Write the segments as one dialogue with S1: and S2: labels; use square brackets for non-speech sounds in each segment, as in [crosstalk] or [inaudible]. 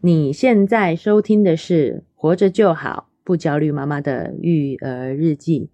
S1: 你现在收听的是《活着就好，不焦虑妈妈的育儿日记》。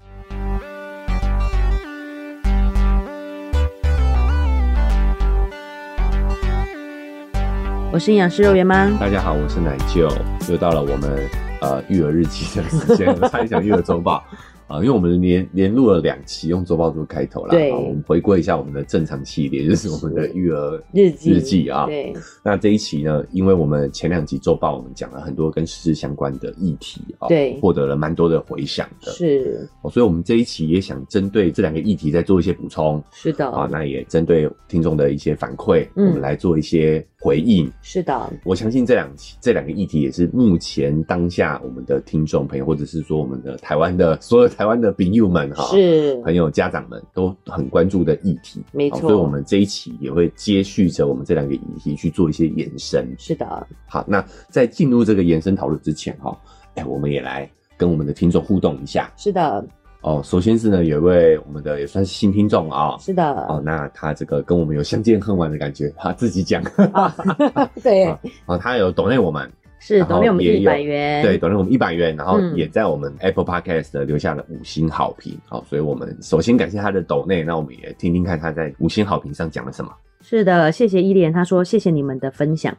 S1: 我是营养师肉圆妈，
S2: 大家好，我是奶舅，又到了我们呃育儿日记的时间，我差一讲育儿周报 [laughs] 啊、因为我们连连录了两期，用周报做开头啦。
S1: 对
S2: 好我们回归一下我们的正常系列，就是我们的育儿
S1: 日记
S2: 日记啊。
S1: 对，
S2: 那这一期呢，因为我们前两集周报我们讲了很多跟时事相关的议题啊、
S1: 对
S2: 获得了蛮多的回响的，
S1: 是
S2: 哦所以我们这一期也想针对这两个议题再做一些补充
S1: 是的，
S2: 啊，那也针对听众的一些反馈，
S1: 嗯
S2: 我们来做一些回应。
S1: 是的，
S2: 我相信这两期这两个议题也是目前当下我们的听众朋友，或者是说我们的台湾的所有台湾的朋友们哈，
S1: 是
S2: 朋友家长们都很关注的议题，
S1: 没
S2: 好
S1: 错
S2: 所以我们这一期也会接续着我们这两个议题去做一些延伸。
S1: 是的，
S2: 好，那在进入这个延伸讨论之前哈，哎、我们也来跟我们的听众互动一下
S1: 是的，
S2: 哦。首先是呢，有一位我们的也算是新听众啊、
S1: 是的，
S2: 哦，那他这个跟我们有相见恨晚的感觉，他自己讲
S1: 啊， [laughs] 对，
S2: 啊 [laughs] 哦，他有懂内我们，
S1: 是
S2: 然后
S1: 懂内我们
S2: 也
S1: 一
S2: 有
S1: 百元，
S2: 对，，短了我们一百元，然后
S1: 嗯
S2: 也在我们 Apple Podcast 呢留下了五星好评。好、所以我们首先感谢他的抖内，那我们也听听看他在五星好评上讲了什么。
S1: 是的，谢谢依莲，她说谢谢你们的分享。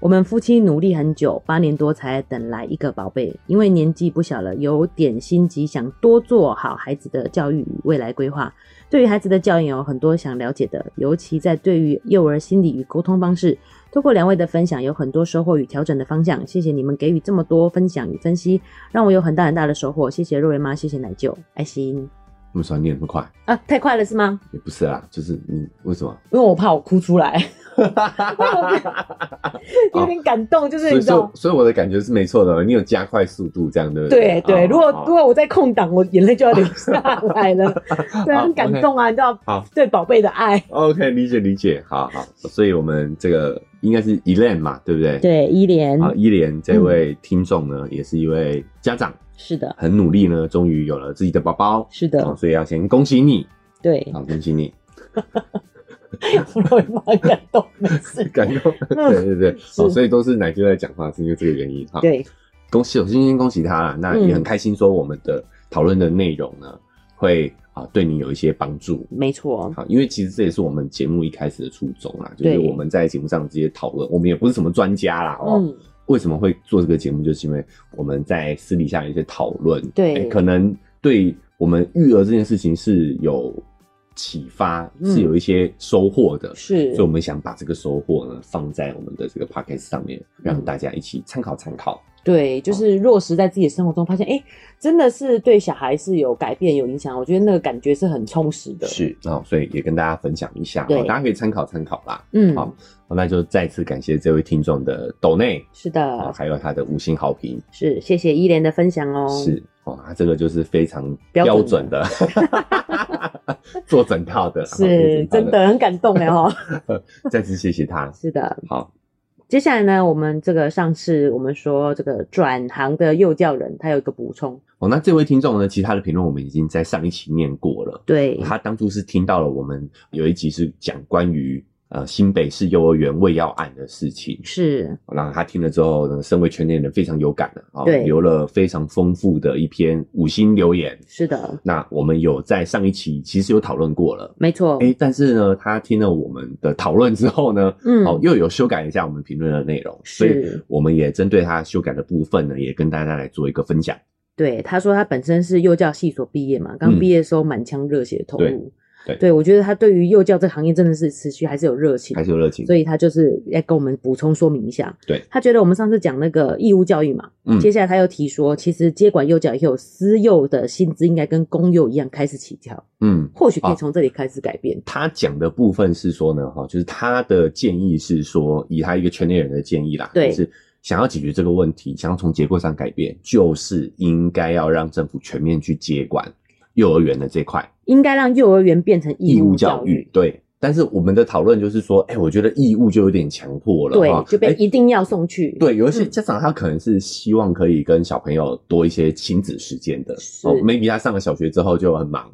S1: 我们夫妻努力很久，八年多才等来一个宝贝，因为年纪不小了，有点心急，想多做好孩子的教育与未来规划。对于孩子的教育有很多想了解的，尤其在对于幼儿心理与沟通方式，通过两位的分享，有很多收获与调整的方向。谢谢你们给予这么多分享与分析，让我有很大很大的收获。谢谢肉圆妈，谢谢奶舅，爱心
S2: 为什么念那么快？
S1: 啊，太快了是吗？
S2: 也不是啦，就是你为什么？
S1: 因为我怕我哭出来。 [laughs] 啊有点感动，就是
S2: 所
S1: 你
S2: 以
S1: 知道
S2: 说，，所以我的感觉是没错的，你有加快速度这样，对不
S1: 对
S2: 对？
S1: 对，
S2: 哦
S1: 如果
S2: 哦
S1: 如果我在空档，我眼泪就要流下来
S2: [laughs]
S1: 了，对啊，
S2: 好
S1: 很感
S2: OK
S1: 动啊，你知道
S2: 好，
S1: 对宝贝的爱。
S2: OK，理解理解，好好，所以我们这个应该是 Elaine 嘛，对不对？。
S1: 对，依莲
S2: 好，伊莲这位听众呢，也是一位家长，
S1: 是的，
S2: 很努力呢，终于有了自己的宝宝，
S1: 是
S2: 哦，，所以要先恭喜你，
S1: 对， [laughs]
S2: 好，恭喜你，
S1: 不容易很感动，没事。
S2: 感
S1: [laughs]
S2: 动，
S1: 嗯
S2: 对对对，哦，所以都是奶舅在讲话，是因为这个原因哈。，
S1: 对，嗯
S2: 恭喜，我先先恭喜他啦，那也很开心，说我们的讨论的内容呢，会啊对你有一些帮助。
S1: 没错，
S2: 好，因为其实这也是我们节目一开始的初衷啦，就是
S1: 对
S2: 我们在节目上直接讨论，我们也不是什么专家啦，哦，
S1: 嗯，
S2: 为什么会做这个节目，就是因为我们在私底下有一些讨论，
S1: 对
S2: 诶可能对我们育儿这件事情是有启发，
S1: 嗯
S2: 是有一些收获的。
S1: 是
S2: 所以，我们想把这个收获呢放在我们的这个 podcast 上面，让大家一起参考参考。
S1: 对，就是落实在自己的生活中，发现哎，诶真的是对小孩是有改变、有影响，我觉得那个感觉是很充实的。，
S2: 是啊、哦所以也跟大家分享一下，
S1: 对
S2: 哦大家可以参考参考啦。
S1: 嗯，
S2: 好哦那就再次感谢这位听众的抖内
S1: 是
S2: 啊，哦
S1: 的，
S2: 还有他的五星好评。
S1: 是，谢谢依莲的分享哦。
S2: 是哦，他这个就是非常
S1: 标
S2: 标
S1: 准
S2: 准的， [laughs] 做整套的，哦
S1: 是真。的很感动哎
S2: [laughs]
S1: 哦。
S2: 做整套的再次谢谢他。
S1: 是的，
S2: 好，
S1: 接下来呢，我们这个上次我们说这个转行的幼教人，他有一个补充，
S2: 哦，那这位听众呢，其实他的评论我们已经在上一期念过了。
S1: 对，
S2: 他当初是听到了我们有一集是讲关于呃新北市幼儿园喂药案的事情，
S1: 是，
S2: 然后他听了之后呢，身为圈内人非常有感的啊，哦
S1: 对
S2: 留了非常丰富的一篇五星留言。
S1: 是的，
S2: 那我们有在上一期其实有讨论过了，
S1: 没错，
S2: 哎，但是呢，他听了我们的讨论之后呢，
S1: 嗯，
S2: 哦，又有修改一下我们评论的内容，所以
S1: 是，
S2: 我们也针对他修改的部分呢，也跟大家来做一个分享。
S1: 对，他说他本身是幼教系所毕业嘛，刚
S2: 嗯
S1: 毕业的时候满腔热血投入，
S2: 对对
S1: 我觉得他对于幼教这个行业真的是持续还是有热情
S2: 还。是有热情，
S1: 所以他就是来跟我们补充说明一下，
S2: 对
S1: 他觉得我们上次讲那个义务教育嘛，
S2: 嗯
S1: 接下来他又提说，其实接管幼教以后，私幼的薪资应该跟公幼一样开始起跳，
S2: 嗯，
S1: 或许可以
S2: 好
S1: 从这里开始改变。
S2: 他讲的部分是说呢，哈，就是他的建议是说，以他一个圈内人的建议啦，
S1: 对
S2: 就是想要解决这个问题，想要从结构上改变，就是应该要让政府全面去接管幼儿园的这块。
S1: 应该让幼儿园变成义
S2: 义
S1: 务
S2: 务
S1: 教
S2: 教
S1: 育
S2: 育，，对。但是我们的讨论就是说，哎、我觉得义务就有点强迫了，
S1: 对
S2: 哈，
S1: 就被
S2: 哎
S1: 一定要送去。
S2: 对，有一些
S1: 嗯
S2: 家长他可能是希望可以跟小朋友多一些亲子时间的
S1: 是
S2: 哦，maybe 他上了小学之后就很忙。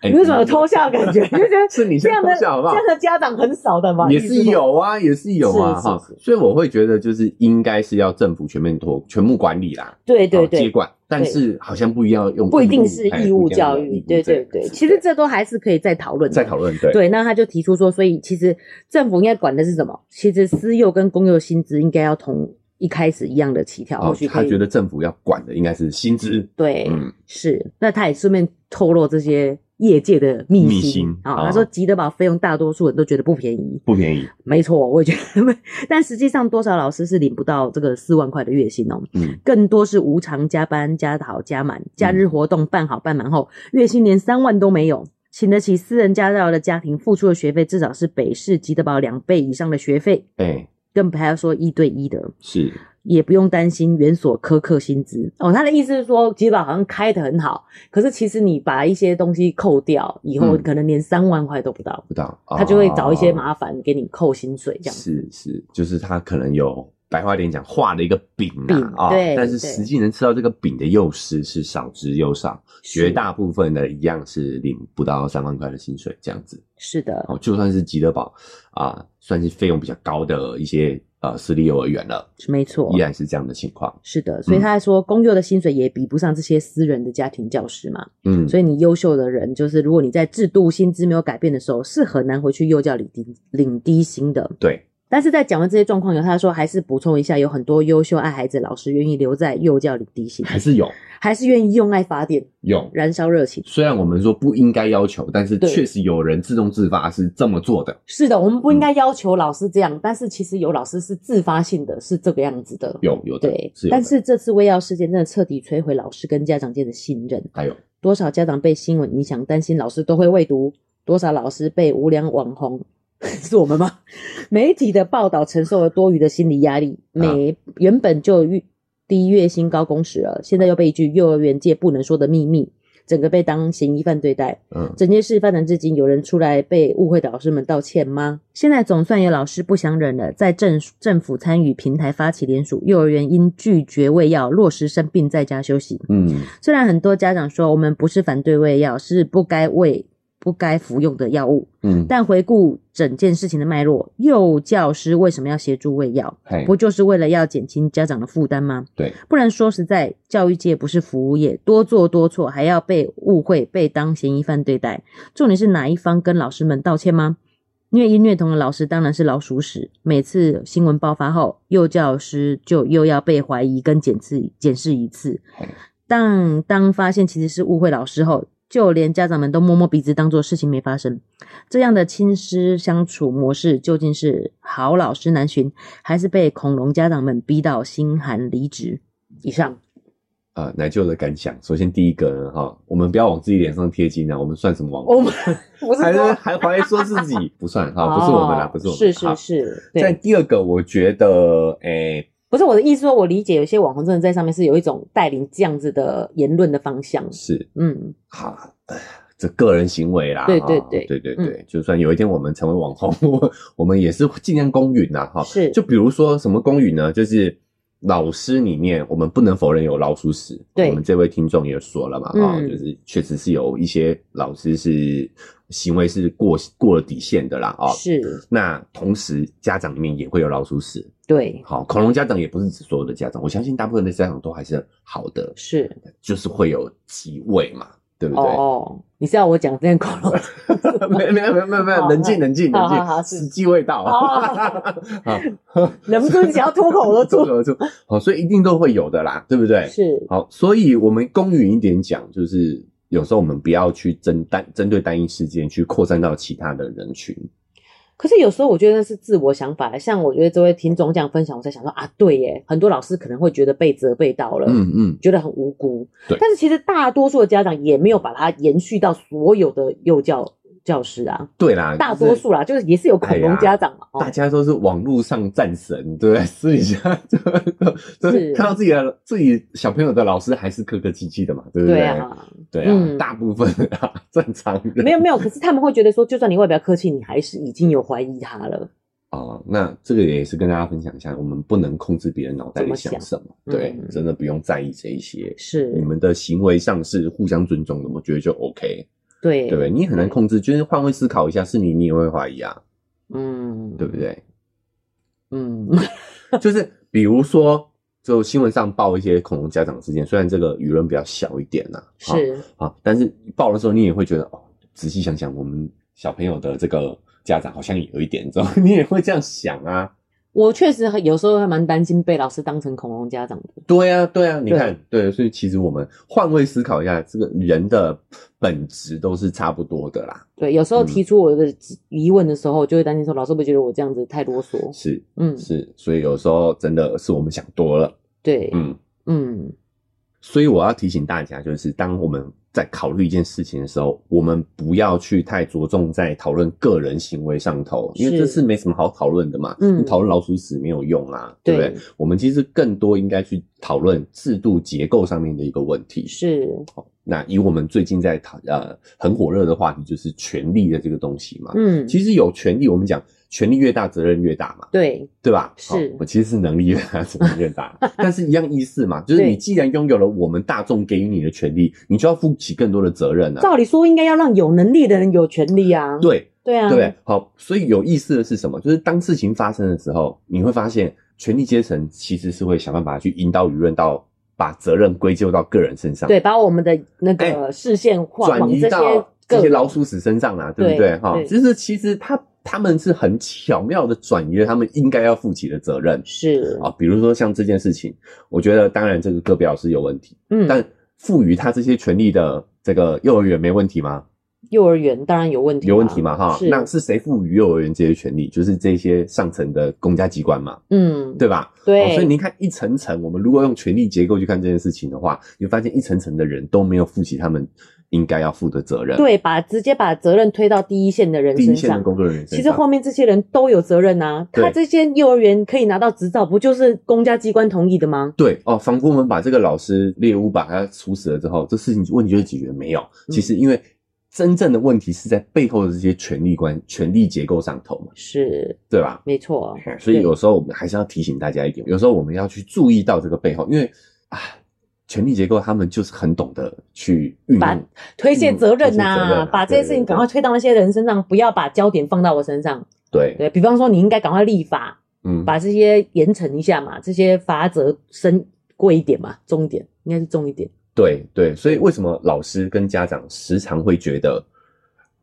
S2: 哎
S1: 有一种有偷笑的感觉，就觉得
S2: 是你
S1: 这
S2: 先
S1: 样
S2: 偷
S1: 的
S2: 笑好不
S1: 这
S2: 好
S1: 样？的家长很少的吧？
S2: 也是有啊，也是有啊，
S1: 是
S2: 哈
S1: 是是。
S2: 所以我会觉得，就是应该是要政府全面托全部管理啦，
S1: 对对
S2: 啊接
S1: 对，
S2: 管，但是好像不一样用义务，
S1: 不一定是
S2: 哎
S1: 义务教育，
S2: 不一
S1: 对
S2: 定要
S1: 对
S2: 用义务这样
S1: 对，
S2: 子
S1: 其实这都还是可以再讨论的，
S2: 在讨论，对，
S1: 对，那他就提出说，所以其实政府应该管的是什么？其实私幼跟公幼薪资应该要同一开始一样的起跳，或
S2: 哦
S1: 许，可
S2: 他
S1: 以。
S2: 觉得政府要管的应该是薪资，
S1: 对，
S2: 嗯，
S1: 是。那他也顺便透露这些业界的秘
S2: 秘
S1: 辛
S2: 辛
S1: 啊、
S2: 哦
S1: 他说吉德堡费用大多数人都觉得不便宜，
S2: 不便宜，
S1: 没错，我也觉得。 [laughs] 但实际上，多少老师是领不到这个四万块的月薪哦，
S2: 嗯，
S1: 更多是无偿加班、加好、加满，假日活动办好办满后，月薪连三万都没有。请得起私人家教的家庭付出的学费，至少是北市吉德堡两倍以上的学费，
S2: 哎，
S1: 更不要说一对一的，
S2: 是，
S1: 也不用担心园所苛刻薪资哦。他的意思是说，吉德堡好像开得很好，可是其实你把一些东西扣掉以后，
S2: 嗯
S1: 可能连三万块都不到，
S2: 不知道，
S1: 他就会找一些
S2: 哦
S1: 麻烦给你扣薪水这样子。
S2: 是是，就是他可能有白话点讲画了一个饼
S1: 饼
S2: 啊，啊
S1: 对
S2: 但是
S1: 对
S2: 实际能吃到这个饼的幼师是少之又少，绝大部分的一样是领不到三万块的薪水这样子。
S1: 是的，
S2: 哦，就算是吉德堡啊、算是费用比较高的一些呃私立幼儿园了，
S1: 是没错
S2: 依。然是这样的情况。
S1: 是的，
S2: 嗯
S1: 所以他还说公幼的薪水也比不上这些私人的家庭教师嘛。
S2: 嗯，
S1: 所以你优秀的人，就是如果你在制度薪资没有改变的时候，是很难回去幼教领低领低薪的。
S2: 对，
S1: 但是在讲完这些状况以后，他说还是补充一下，有很多优秀爱孩子的老师愿意留在幼教领低薪，
S2: 还是有
S1: 还是愿意用爱发电，
S2: 有。
S1: 燃烧热情。
S2: 虽然我们说不应该要求，但是
S1: 对
S2: 确实有人自动自发是这么做的。
S1: 是的，我们不
S2: 嗯
S1: 应该要求老师这样，但是其实有老师是自发性的，是这个样子的。
S2: 有有的，
S1: 对
S2: 是，有
S1: 但
S2: 的
S1: 是这次喂药事件真的彻底摧毁老师跟家长间的信任。
S2: 还有
S1: 多少家长被新闻影响，担心老师都会未读；多少老师被无良网红， [laughs] 是我们吗？ [laughs] 媒体的报道承受了多余的心理压力，每原本就越低月薪高工时了，现在又被一句幼儿园界不能说的秘密，整个被当嫌疑犯对待。
S2: 嗯，
S1: 整件事发展至今，有人出来被误会的老师们道歉吗？现在总算有老师不想忍了，在政政府参与平台发起联署，幼儿园因拒绝喂药，落实生病在家休息。
S2: 嗯，
S1: 虽然很多家长说我们不是反对喂药，是不该喂、不该服用的药物，
S2: 嗯，
S1: 但回顾整件事情的脉络，幼教师为什么要协助喂药？
S2: 嘿
S1: 不就是为了要减轻家长的负担吗？
S2: 哎对，
S1: 不然说实在，教育界不是服务业，多做多错，还要被误会、被当嫌疑犯对待。重点是哪一方跟老师们道歉吗？虐婴虐童的老师当然是老鼠屎。每次新闻爆发后，幼教师就又要被怀疑跟检视检视一次
S2: 嘿。
S1: 但当发现其实是误会老师后，就连家长们都摸摸鼻子，当做事情没发生。这样的亲师相处模式究竟是好老师难寻，还是被恐龙家长们逼到心寒离职？以上
S2: 呃，奶舅的感想，首先第一个呢，哈，我们不要往自己脸上贴金啊，我们算什么网红？
S1: 我
S2: [laughs]
S1: 们哦不
S2: 还
S1: 是说
S2: 还怀疑说自己
S1: [laughs]
S2: 不算哈，不是我们啦，
S1: 哦
S2: 不是我们。
S1: 是是
S2: 好。
S1: 是，
S2: 在
S1: 对，
S2: 第二个，我觉得，诶、
S1: 不是我的意思说，我理解有些网红真的在上面是有一种带领这样子的言论的方向，
S2: 是
S1: 嗯，
S2: 哈，哎这个人行为啦，
S1: 对
S2: 哈
S1: 对对嗯
S2: 对对对，就算有一天我们成为网红，我我们也是尽量公允呐，哈。
S1: 是
S2: 就比如说什么公允呢？就是老师里面，我们不能否认有老鼠屎。
S1: 对
S2: 我们这位听众也说了嘛，
S1: 嗯
S2: 啊、就是确实是有一些老师是行为是过过了底线的啦，啊、
S1: 是，
S2: 那同时，家长里面也会有老鼠屎。
S1: 对，
S2: 好，恐龙家长也不是指所有的家长，我相信大部分的家长都还是好的，
S1: 是，
S2: 就是会有几位嘛，对不对？
S1: 哦，你是要我讲这件恐龙？
S2: [laughs] 没没有没有没有没有，
S1: 好
S2: 冷静冷静
S1: 好
S2: 冷静
S1: 好好，是
S2: 时机未到。
S1: 哦
S2: [laughs] 啊，
S1: 忍不住想要脱口而
S2: 脱
S1: 出，
S2: 口而出。好，所以一定都会有的啦，对不 [laughs] 对？
S1: 是，
S2: 好，所以我们公允一点讲，就是有时候我们不要去针单针对单一事件去扩散到其他的人群。
S1: 可是有时候我觉得那是自我想法，像我觉得这位听众这样分享，我才想说啊，对耶，很多老师可能会觉得被责备到了，
S2: 嗯嗯，
S1: 觉得很无辜。
S2: 对
S1: 但是其实大多数的家长也没有把它延续到所有的幼教教师啊，
S2: 对啦，
S1: 大
S2: 嗯就是哎
S1: 多数啦，就是也是有恐龙家长嘛，
S2: 大
S1: 哦，
S2: 家都是网络上战神，对不对？私底下就就是看到自己的自己小朋友的老师还是客客气气的嘛，对不对？
S1: 对
S2: [laughs]
S1: 啊，
S2: 对啊
S1: 嗯
S2: 大部分啊正常人
S1: 没有没有，可是他们会觉得说，就算你外表客气，你还是已经有怀疑他了。
S2: 啊、那这个也是跟大家分享一下，我们不能控制别人脑袋里想什么，
S1: 怎么想
S2: 对，
S1: 嗯
S2: 真的不用在意这一些。
S1: 是
S2: 你，们的行为上是互相尊重的，我觉得就 OK。
S1: 对
S2: 对不对？你很难控制，就是换位思考一下，是你，你也会怀疑啊，
S1: 嗯，
S2: 对不对？ [laughs]
S1: 嗯，
S2: 就是比如说，就新闻上报一些恐龙家长事件，虽然这个舆论比较小一点呐、啊，
S1: 是，
S2: 啊，啊但是报的时候你也会觉得，哦，仔细想想，我们小朋友的这个家长好像有一点，这种， [laughs] 你也会这样想啊。
S1: 我确实很有时候还蛮担心被老师当成恐龙家长的。
S2: 对啊，对啊，你看，对，所以其实我们换位思考一下，这个人的本质都是差不多的啦。
S1: 对，有时候
S2: 嗯
S1: 提出我的疑问的时候，就会担心说老师会不会觉得我这样子太啰嗦。
S2: 是
S1: 嗯，
S2: 是，所以有时候真的是我们想多了。
S1: 对，
S2: 嗯，
S1: 嗯，
S2: 所以我要提醒大家，就是当我们在考虑一件事情的时候，我们不要去太着重在讨论个人行为上头，因为
S1: 是
S2: 这是没什么好讨论的嘛。
S1: 嗯
S2: 你讨论老鼠屎没有用啊，对不
S1: 对
S2: 对？，我们其实更多应该去讨论制度结构上面的一个问题。
S1: 是，
S2: 那以我们最近在讨呃很火热的话题，就是权力的这个东西嘛。
S1: 嗯，
S2: 其实有权力，我们讲权力越大，责任越大嘛，
S1: 对，
S2: 对吧？
S1: 是
S2: 好我其实是能力越大，责任越
S1: [laughs]
S2: 大，但是一样意思嘛，就是你
S1: 对
S2: 既然拥有了我们大众给予你的权利，你就要负起更多的责任啊。
S1: 照理说应该要让有能力的人有权利啊。
S2: 对
S1: 对啊，
S2: 对，好，所以有意思的是什么？就是当事情发生的时候，你会发现权力阶层其实是会想办法去引导舆论到把责任归咎到个人身上。
S1: 对，把我们的那个
S2: 哎
S1: 视线化
S2: 转
S1: 往
S2: 移
S1: 这些
S2: 到这些
S1: 更
S2: 老鼠屎身上啦、对不
S1: 对
S2: 对？哈
S1: 对，
S2: 就是其实他他们是很巧妙的转移了他们应该要负起的责任
S1: 是，
S2: 啊。比如说像这件事情，我觉得当然这个个别老师有问题，
S1: 嗯，
S2: 但赋予他这些权利的这个幼儿园没问题吗？
S1: 幼儿园当然有问题，
S2: 有问题嘛哈？
S1: 是，
S2: 那是谁赋予幼儿园这些权利？就是这些上层的公家机关嘛，
S1: 嗯，
S2: 对吧？哦
S1: 对，
S2: 所以你看一层层，我们如果用权力结构去看这件事情的话，你会发现一层层的人都没有负起他们应该要负的责任。
S1: 对，把直接把责任推到第一线的人
S2: 第一
S1: 身
S2: 线的
S1: 上。
S2: 工作人员
S1: 其
S2: 身
S1: 实
S2: 上。
S1: 后面这些人都有责任啊，
S2: 对
S1: 他这些幼儿园可以拿到执照，不就是公家机关同意的吗？
S2: 对哦，防护门把这个老师猎物把他处死了之后，这事情问题就解决没有？其
S1: 嗯
S2: 实因为真正的问题是在背后的这些权力关、权力结构上头嘛，
S1: 是，
S2: 对吧？
S1: 没错，
S2: [laughs] 所以
S1: 对
S2: 有时候我们还是要提醒大家一点，有时候我们要去注意到这个背后，因为啊，权力结构他们就是很懂得去运
S1: 把
S2: 用，
S1: 推卸责任
S2: 嗯推卸责任
S1: 呐、
S2: 啊
S1: 把这些事情赶快推到那些人身上，不要把焦点放到我身上。
S2: 对，
S1: 对比方说，你应该赶快立法，
S2: 嗯，
S1: 把这些严惩一下嘛，这些罚则升贵一点嘛，重一点应该是重一点。
S2: 对对，所以为什么老师跟家长时常会觉得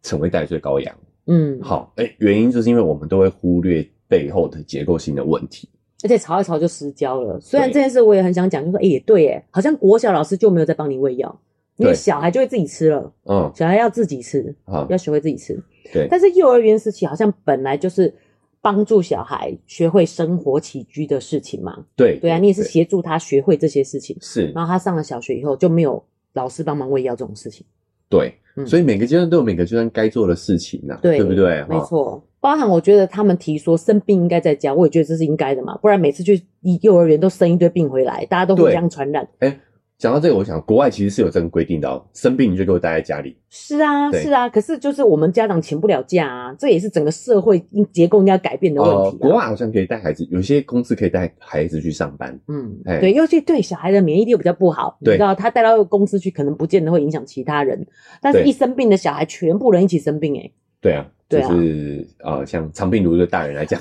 S2: 成为代罪羔羊？
S1: 嗯，，
S2: 好，哎、原因就是因为我们都会忽略背后的结构性的问题。
S1: 而且吵一吵就失焦了。虽然
S2: 对
S1: 这件事我也很想讲，就说哎、也对，哎，好像国小老师就没有在帮你喂药，因为
S2: 对
S1: 小孩就会自己吃了，
S2: 嗯，
S1: 小孩要自己吃，
S2: 好，
S1: 要学会自己吃。
S2: 对
S1: 但是幼儿园时期好像本来就是帮助小孩学会生活起居的事情嘛，
S2: 对，
S1: 对啊，你也是嗯
S2: 对
S1: 协助他学会这些事情。
S2: 是，
S1: 然后他上了小学以后就没有老师帮忙喂药这种事情，
S2: 对，
S1: 嗯
S2: 所以每个阶段都有每个阶段该做的事情呐、
S1: 对
S2: 不对？
S1: 没
S2: 哈，
S1: 错。包含我觉得他们提说生病应该在家，我也觉得这是应该的嘛，不然每次去幼儿园都生一堆病回来，大家都互
S2: 对
S1: 相传染。
S2: 讲到这个，我想国外其实是有这个规定的哦，生病你就给我待在家里。
S1: 是啊，
S2: 对
S1: 是啊，可是就是我们家长请不了假啊，这也是整个社会结构应该改变的问
S2: 哦
S1: 题、，啊
S2: 国外好像可以带孩子，有些公司可以带孩子去上班。
S1: 嗯，
S2: 哎
S1: 对，尤其对小孩的免疫力又比较不好，你
S2: 对
S1: 知道他带到公司去，可能不见得会影响其他人，但是
S2: 对
S1: 一生病的小孩，全部人一起生病、欸，
S2: 对啊，
S1: 对
S2: 就
S1: 啊
S2: 是呃，像长病毒的大
S1: [laughs]
S2: 人来讲，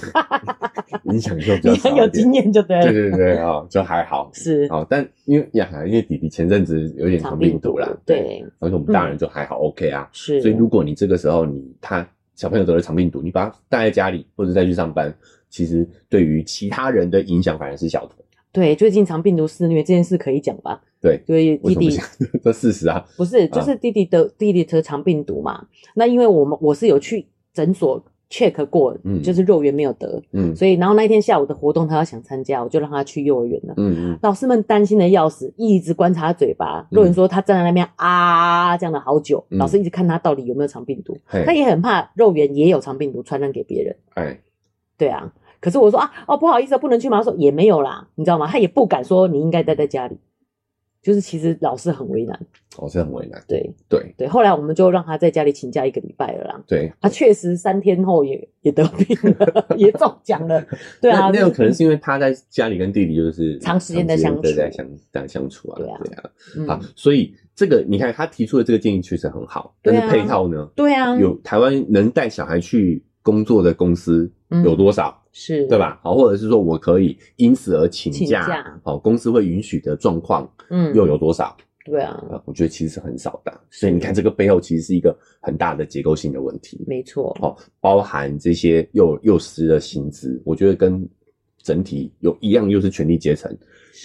S2: 影响就比
S1: 你
S2: 较
S1: 很
S2: 少
S1: 有
S2: 一点
S1: 经。验就对了，
S2: 对对对啊、哦，就还好。
S1: 是
S2: 哦，但因为呀，因为弟弟前阵子有点长病毒啦，
S1: 对，嗯
S2: 而且我们大人就还好、OK 啊，
S1: 是，
S2: 所以如果你这个时候你他小朋友得了肠病毒，你把他带在家里或者再去上班，其实对于其他人的影响反而是小的。
S1: 对最近长病毒肆虐这件事可以讲吧？
S2: 对，
S1: 对，
S2: 为
S1: 弟
S2: 什么
S1: 弟
S2: 不 [laughs] 讲？这事实啊，
S1: 不是，就是弟弟得、弟弟得肠病毒嘛，那因为我们我是有去诊所 check 过，
S2: 嗯
S1: 就是肉圆没有得，
S2: 嗯
S1: 所以然后那一天下午的活动他要想参加，我就让他去幼儿园了。
S2: 嗯嗯，
S1: 老师们担心的要死，一直观察他嘴巴。若云说他站在那边啊这样了好久，
S2: 嗯
S1: 老师一直看他到底有没有肠病毒，他
S2: 嘿，
S1: 也很怕肉圆也有肠病毒传染给别人。
S2: 哎，
S1: 对啊，可是我说啊哦不好意思，不能去嘛。他说也没有啦，你知道吗？他也不敢说你应该待在家里，就是其实老师很为难。
S2: 我是哦很为难。
S1: 对
S2: 对
S1: 对，后来我们就让他在家里请假一个礼拜了啦。
S2: 对，
S1: 他确实三天后也也得病了，也中奖了。对啊，
S2: 那那
S1: 就
S2: 有可能是因为他在家里跟弟弟就是
S1: 长时间的相处
S2: 长时间地在相在相处啊，
S1: 对啊
S2: 对啊，
S1: 嗯
S2: 啊，所以这个你看他提出的这个建议确实很好，但是
S1: 对啊
S2: 配套呢？
S1: 对啊，
S2: 有台湾能带小孩去工作的公司
S1: 嗯
S2: 有多少，
S1: 是，
S2: 对？吧？好，或者是说我可以因此而请
S1: 请
S2: 假，
S1: 假
S2: 好，公司会允许的状况
S1: 嗯，
S2: 又有多少？
S1: 对啊，
S2: 呃，我觉得其实是很少的。所以你看，这个背后其实是一个很大的结构性的问题，
S1: 没错，
S2: 哦，包含这些幼幼师的薪资，我觉得跟整体有一样，又是权力阶层，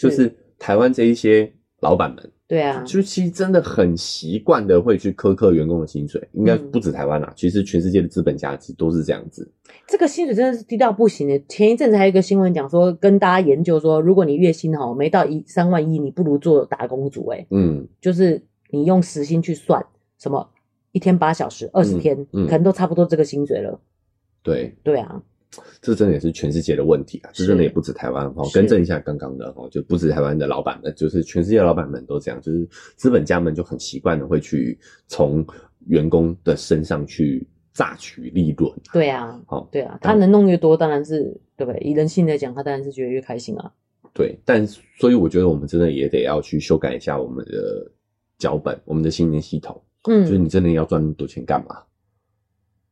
S2: 就是台湾这一些老板们，
S1: 对啊，
S2: 就其实真的很习惯的会去苛刻员工的薪水，应该
S1: 嗯
S2: 不止台湾啦，其实全世界的资本家其实都是这样子。
S1: 这个薪水真的是低到不行的。欸前一阵子还有一个新闻讲说，跟大家研究说，如果你月薪哈没到一三万一，你不如做打工族、欸。
S2: 嗯，
S1: 就是你用时薪去算，什么一天八小时，二十
S2: 嗯
S1: 天、
S2: 嗯
S1: 可能都差不多这个薪水了。
S2: 对，
S1: 对啊，
S2: 这真的也是全世界的问题啊，这真的
S1: 是
S2: 也不止台湾哦。
S1: 是
S2: 更正一下刚刚的哦，就不止台湾的老板们，就是全世界的老板们都这样，就是资本家们就很习惯的会去从员工的身上去榨取利润。
S1: 对啊，
S2: 好
S1: 对啊，
S2: 当
S1: 他能弄越多，当然是对不对？以人性来讲，他当然是觉得越开心啊。
S2: 对，但所以我觉得我们真的也得要去修改一下我们的脚本，我们的信念系统，就是
S1: 嗯，
S2: 你真的要赚那么多钱干嘛？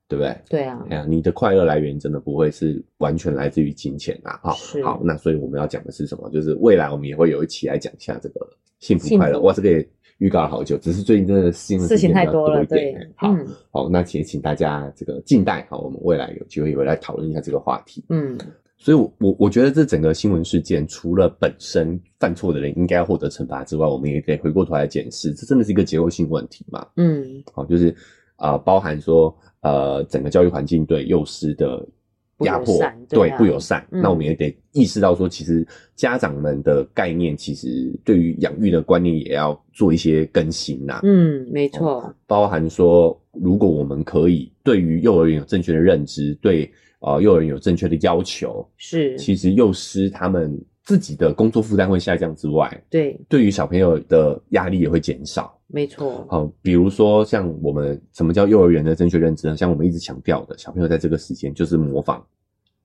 S2: 对不对？
S1: 对啊，
S2: 哎呀，你的快乐来源真的不会是完全来自于金钱啊！好
S1: 是，
S2: 好，那所以我们要讲的是什么？就是未来我们也会有一期来讲一下这个幸福
S1: 幸
S2: 快乐。
S1: 福
S2: 哇，这个也预告了好久，只是最近真的新闻
S1: 事情
S2: 比
S1: 太
S2: 较
S1: 多了，
S2: 一点哎
S1: 对，
S2: 好、
S1: 嗯
S2: 好，那也请大家这个静待好，我们未来有机会也会来讨论一下这个话题。
S1: 嗯，
S2: 所以我，我我觉得这整个新闻事件，除了本身犯错的人应该要获得惩罚之外，我们也得回过头来检视，这真的是一个结构性问题嘛？
S1: 嗯，
S2: 哦，就是呃，包含说呃，整个教育环境对幼师的
S1: 不
S2: 压
S1: 友
S2: 迫
S1: 善，对
S2: 对
S1: 啊
S2: 不友善。
S1: 嗯
S2: 那我们也得意识到说，其实家长们的概念，其实对于养育的观念也要做一些更新呐、
S1: 嗯，没错，
S2: 包含说，如果我们可以对于幼儿园有正确的认知，对呃幼儿园有正确的要求，
S1: 是，
S2: 其实幼师他们自己的工作负担会下降之外，
S1: 对，
S2: 对于小朋友的压力也会减少。
S1: 没错，
S2: 好，呃比如说像我们什么叫幼儿园的正确认知呢？像我们一直强调的，小朋友在这个时间就是模仿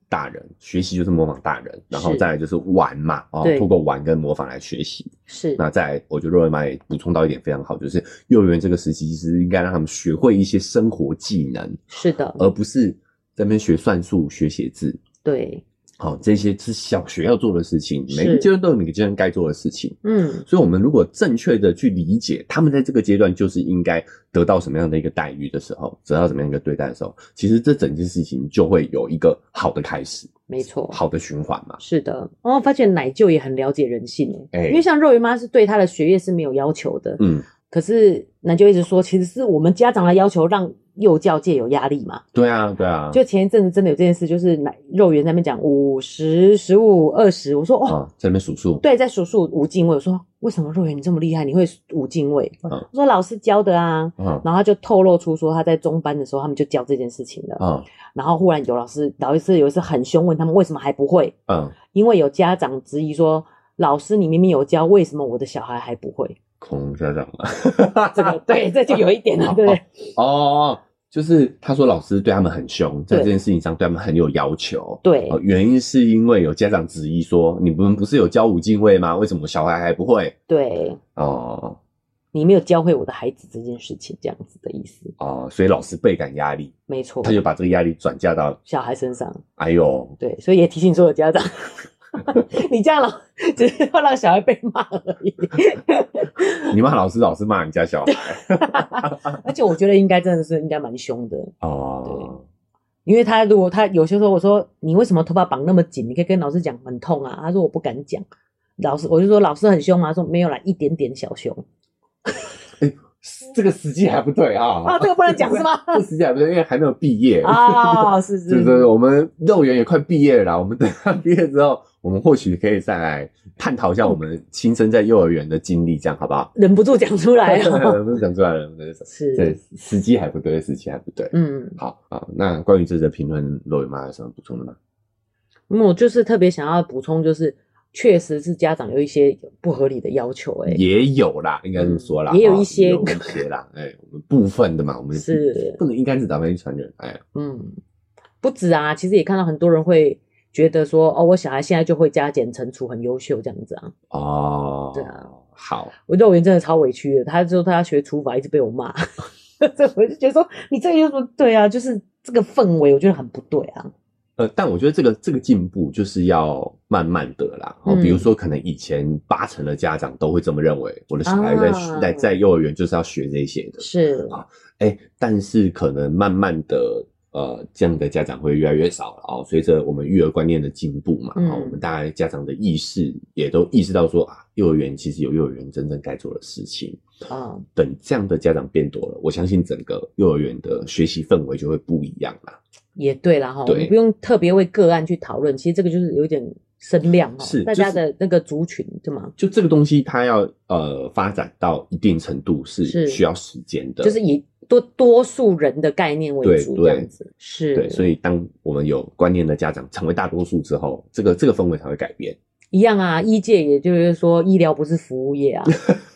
S2: 大人，学习就是模仿大人，然后
S1: 是
S2: 再来就是玩嘛，哦
S1: 对，
S2: 通过玩跟模仿来学习。
S1: 是，
S2: 那再来，我觉得若瑞妈也补充到一点非常好，就是幼儿园这个时期其实应该让他们学会一些生活技能，
S1: 是的，
S2: 而不是在那边学算术、学写字。
S1: 对，
S2: 好、这些是小学要做的事情，每个
S1: 是
S2: 阶段都有每个阶段该做的事情。
S1: 嗯，
S2: 所以，我们如果正确的去理解他们在这个阶段就是应该得到什么样的一个待遇的时候，得到什么样一个对待的时候，其实这整件事情就会有一个好的开始，哦
S1: 没错。
S2: 好的循环嘛。
S1: 是的，然后发现奶舅也很了解人性诶、
S2: 哎
S1: 因为像肉圆妈是对她的学业是没有要求的，
S2: 嗯，
S1: 可是奶舅一直说，其实是我们家长来要求让幼教界有压力嘛。
S2: 对啊，对啊，
S1: 就前一阵子真的有这件事，就是奶肉圆在那边讲五十、十五、二十，我说
S2: 啊、
S1: 哦，
S2: 在那边数数，
S1: 对，在数数五进位，我说为什么肉圆你这么厉害，你会五进位？
S2: 嗯
S1: 我说老师教的啊。
S2: 啊
S1: 然后他就透露出说他在中班的时候他们就教这件事情了，
S2: 啊
S1: 然后忽然有老师老师有一次很凶问他们为什么还不会，
S2: 啊，
S1: 因为有家长质疑说，老师你明明有教，为什么我的小孩还不会？
S2: 恐龙家长嗯嘛，
S1: 这个对，这就有一点了，对不对？
S2: 哦，就是他说老师对他们很凶，在
S1: 对
S2: 这件事情上对他们很有要求。
S1: 对
S2: 哦，原因是因为有家长质疑说，你们不是有教五进位吗？为什么小孩还不会？
S1: 对，
S2: 哦，
S1: 你没有教会我的孩子这件事情，这样子的意思，
S2: 哦，所以老师倍感压力，
S1: 没错
S2: 他。就把这个压力转嫁到，
S1: 小孩身上，
S2: 哎呦，
S1: 对，所以也提醒所有家长， [laughs] 你这样了，只是要让小孩被骂而已。
S2: 你骂老师，老师骂你家小孩，
S1: 而且我觉得应该真的是应该蛮凶的，
S2: 哦，
S1: 因为他如果他有些时候我说你为什么头发绑那么紧，你可以跟老师讲很痛啊，他说我不敢讲，老师我就说老师很凶吗？他啊说没有啦，一点点小凶。
S2: 这个时机还不对啊，
S1: 啊，这个不能讲是吗？
S2: 这时机还不对，因为还没有毕业，
S1: 啊，是
S2: 就是是我们幼儿园也快毕业了啦，我们等他毕业之后，我们或许可以再来探讨一下我们亲身在幼儿园的经历，这样好不好？ [laughs]
S1: 忍不住讲出来了。
S2: 不是讲出来了，对对
S1: 是，，
S2: 时机还不对，时机还不对。
S1: 嗯，
S2: 好啊，那关于这则评论，肉圆妈有什么补充的吗？
S1: 那我就是特别想要补充，就是确实是家长有一些不合理的要求、欸，
S2: 也有啦，应该这么说啦，
S1: 嗯也有
S2: 哈
S1: 一些
S2: 有一些
S1: [laughs]
S2: 啦，哎，我们部分的嘛，我们
S1: 是
S2: 不能一竿子打翻一船人，哎，
S1: 嗯，不止啊，其实也看到很多人会觉得说，哦，我小孩现在就会加减乘除，很优秀这样子啊，
S2: 哦，
S1: 对啊，
S2: 好，
S1: 我幼儿园真的超委屈的，他说他要学书法，一直被我骂。 [laughs] 这我就觉得说你这个有什么对啊？就是这个氛围，我觉得很不对啊。
S2: 呃，但我觉得这个这个进步就是要慢慢的啦。哦，比如
S1: 嗯
S2: 说可能以前八成的家长都会这么认为，我的小孩在、
S1: 啊
S2: 在在幼儿园就是要学这些的。
S1: 是，
S2: 哎，但是可能慢慢的，呃，这样的家长会越来越少了哦。随着我们育儿观念的进步嘛，
S1: 嗯
S2: 哦，我们大概家长的意识也都意识到说啊，幼儿园其实有幼儿园真正该做的事情。
S1: 嗯，
S2: 等这样的家长变多了，我相信整个幼儿园的学习氛围就会不一样啦。
S1: 也对啦哈，我
S2: 对
S1: 们不用特别为个案去讨论，其实这个就是有点声量哈，
S2: 是
S1: 大家
S2: 就是
S1: 的那个族群对吗？
S2: 就这个东西，它要呃发展到一定程度
S1: 是
S2: 是需要时间的，
S1: 就是以多多数人的概念为
S2: 对
S1: 主，
S2: 对
S1: 这样子是，
S2: 对。所以当我们有观念的家长成为大多数之后，这个这个氛围才会改变。
S1: 一样啊，医界也就是说，医疗不是服务
S2: [laughs]
S1: 业啊，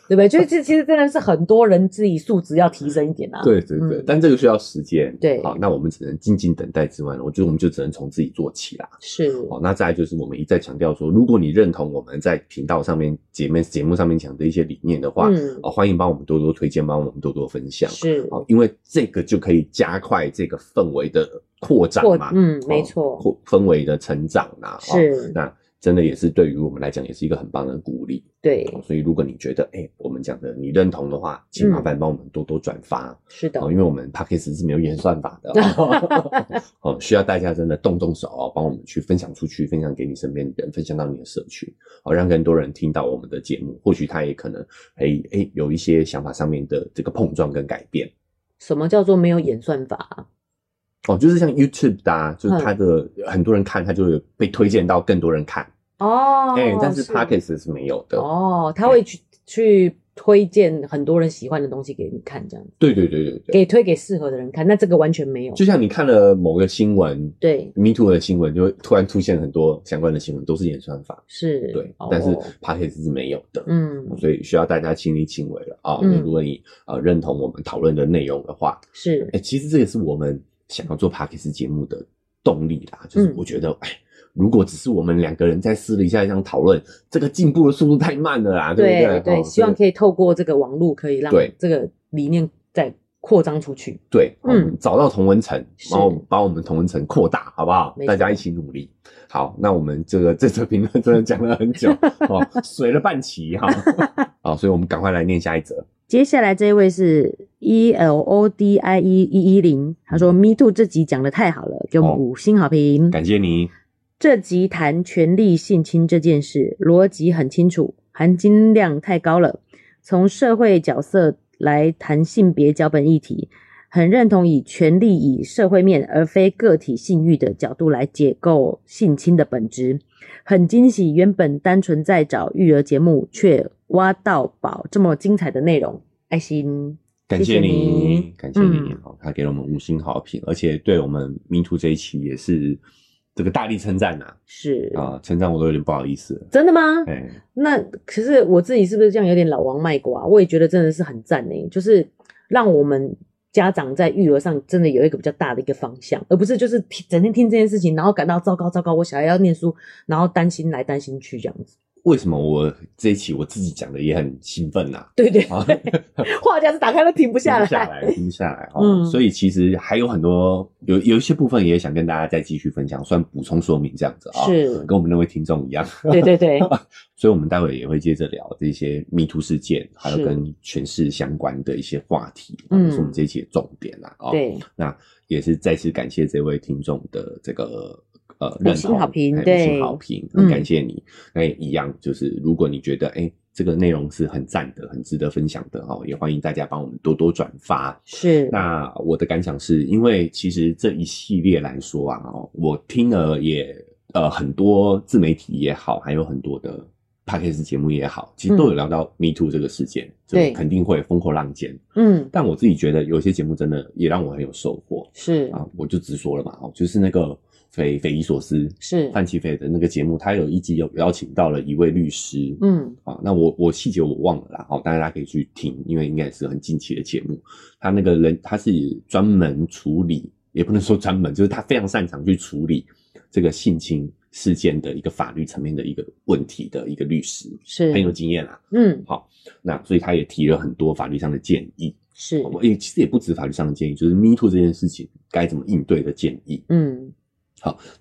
S1: 对不对？就是这其实真的是很多人自己素质要提升一点啊。，
S2: 对对对，
S1: 嗯
S2: 但这个需要时间。
S1: 对
S2: 好，那我们只能静静等待之外呢，我觉得我们就只能从自己做起啦。
S1: 是，
S2: 好，那再来就是我们一再强调说，如果你认同我们在频道上面节目节目上面讲的一些理念的话，
S1: 嗯，
S2: 哦，欢迎帮我们多多推荐，帮我们多多分享。
S1: 是，
S2: 哦，因为这个就可以加快这个氛围的扩展
S1: 或
S2: 嘛。
S1: 嗯，
S2: 哦
S1: 没错，
S2: 扩氛围的成长啦、哦
S1: 是
S2: 那真的也是对于我们来讲也是一个很棒的鼓励。
S1: 对，
S2: 哦所以如果你觉得哎、我们讲的你认同的话，
S1: 嗯
S2: 请麻烦帮我们多多转发。
S1: 是的
S2: 哦，，因为我们 p a c k a g e 是没有演算法的哦，
S1: [laughs]
S2: 哦，需要大家真的动动手哦，帮我们去分享出去，分享给你身边的人，分享到你的社区，哦，让更多人听到我们的节目，或许他也可能，哎、哎、有一些想法上面的这个碰撞跟改变，
S1: 什么叫做没有演算法啊？
S2: 哦，就是像 YouTube 的、啊，就是它的
S1: 嗯
S2: 很多人看，它就会被推荐到更多人看，
S1: 哦，
S2: 哎、但是 p a c k a g e 是没有的，哎
S1: 哦，他会去去推荐很多人喜欢的东西给你看，这样子，
S2: 对对对对对，
S1: 给推给适合的人看，那这个完全没有，
S2: 就像你看了某个新闻。
S1: 对，
S2: Me Too 的新闻就会突然出现很多相关的新闻，都是演算法。
S1: 是，
S2: 对
S1: 哦，
S2: 但是 p a c k a g e 是没有的，
S1: 嗯，
S2: 所以需要大家亲力亲为了啊。
S1: 嗯
S2: 那如果你呃认同我们讨论的内容的话，
S1: 是
S2: 哎、，其实这也是我们想要做 p a c k a g e 节目的动力啦。就是
S1: 嗯
S2: 我觉得，哎、如果只是我们两个人在私底下这样讨论，这个进步的速度太慢了啦，
S1: 对
S2: 不对？哦
S1: 希望
S2: 这个
S1: 可以透过这个网络，可以让
S2: 对
S1: 这个理念再扩张出去。
S2: 对，
S1: 嗯
S2: 嗯，找到同文层，
S1: 是
S2: 然后把我们同文层扩大，好不好
S1: 没？错
S2: 大家一起努力。好，那我们这个这则评论真的讲了很
S1: [laughs]
S2: 久，哦，水了半期哈。好，所以我们赶快来念下一则。
S1: 接下来这一位是 E L O D I E 一一零，他说 “Me Too” 这集讲的太好了，给我们
S2: 哦
S1: 五星好评。
S2: 感谢你。
S1: 这集谈权力性侵这件事，逻辑很清楚，含金量太高了。从社会角色来谈性别脚本议题，很认同以权力以社会面而非个体性欲的角度来解构性侵的本质。很惊喜，原本单纯在找育儿节目，却挖到宝这么精彩的内容，爱心。
S2: 感谢
S1: 谢谢
S2: 你
S1: 你，
S2: 感谢你
S1: 嗯，
S2: 好、他给了我们五星好评，而且对我们民图这一期也是这个大力称赞呐、
S1: 是
S2: 啊，称赞我都有点不好意思了，
S1: 真的吗？
S2: 哎、
S1: 那可是我自己是不是这样有点老王卖瓜？我也觉得真的是很赞呢、就是让我们家长在育儿上真的有一个比较大的一个方向，而不是就是听整天听这件事情，然后感到糟糕糟糕，我小孩要念书，然后担心来担心去这样子。
S2: 为什么我这一期我自己讲的也很兴奋呐、
S1: 对对
S2: 啊？ [laughs]
S1: 话匣子打开都停不下来。
S2: 停下来，停不下来哦。
S1: 嗯
S2: 所以其实还有很多有有一些部分也想跟大家再继续分享，算补充说明这样子啊、
S1: 是，
S2: 跟我们那位听众一样。
S1: 对对对，
S2: 所以我们待会也会接着聊这些迷途事件，还
S1: 是
S2: 有跟权势相关的一些话题，
S1: 嗯
S2: 嗯，是我们这一期的重点啦。哦，
S1: 对，
S2: 那也是再次感谢这位听众的这个呃
S1: 五
S2: 认
S1: 星
S2: 同
S1: 好评
S2: 哎五
S1: 对
S2: 星好评，
S1: 嗯
S2: 很感谢你。那也一样，就是如果你觉得哎、这个内容是很赞的，很值得分享的哦，也欢迎大家帮我们多多转发。
S1: 是，
S2: 那我的感想是因为其实这一系列来说啊，哦，我听了也呃很多自媒体也好，还有很多的 podcast 节目也好，其实都有聊到 Me Too 这个事件，就
S1: 嗯对
S2: 肯定会风口浪尖。
S1: 嗯，
S2: 但我自己觉得有些节目真的也让我很有收获
S1: 是
S2: 啊，我就直说了嘛，哦，就是那个匪匪夷所思
S1: 是，
S2: 范奇斐的那个节目，他有一集有邀请到了一位律师，
S1: 嗯
S2: 啊，那我我细节我忘了啦，好、大家可以去听，因为应该也是很近期的节目。他那个人他是专门处理，也不能说专门，就是他非常擅长去处理这个性侵事件的一个法律层面的一个问题的一个律师，
S1: 是
S2: 很有经验啦、
S1: 嗯
S2: 那所以他也提了很多法律上的建议，
S1: 是
S2: 我们也其实也不止法律上的建议，就是 Me Too 这件事情该怎么应对的建议。
S1: 嗯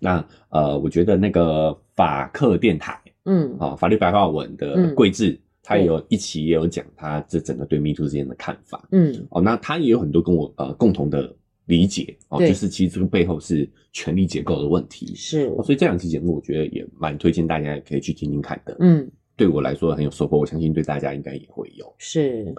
S2: 那呃，我觉得那个法客电台
S1: 嗯
S2: 啊、法律白话文的
S1: 嗯
S2: 桂智，他也
S1: 对
S2: 有一期也有讲他这整个对 Me Too 之间的看法。
S1: 嗯
S2: 哦，那他也有很多跟我呃共同的理解哦，
S1: 对
S2: 就是其实这个背后是权力结构的问题。
S1: 是
S2: 哦，所以这两期节目我觉得也蛮推荐大家可以去听听看的。
S1: 嗯
S2: 对我来说很有收获，我相信对大家应该也会有。
S1: 是。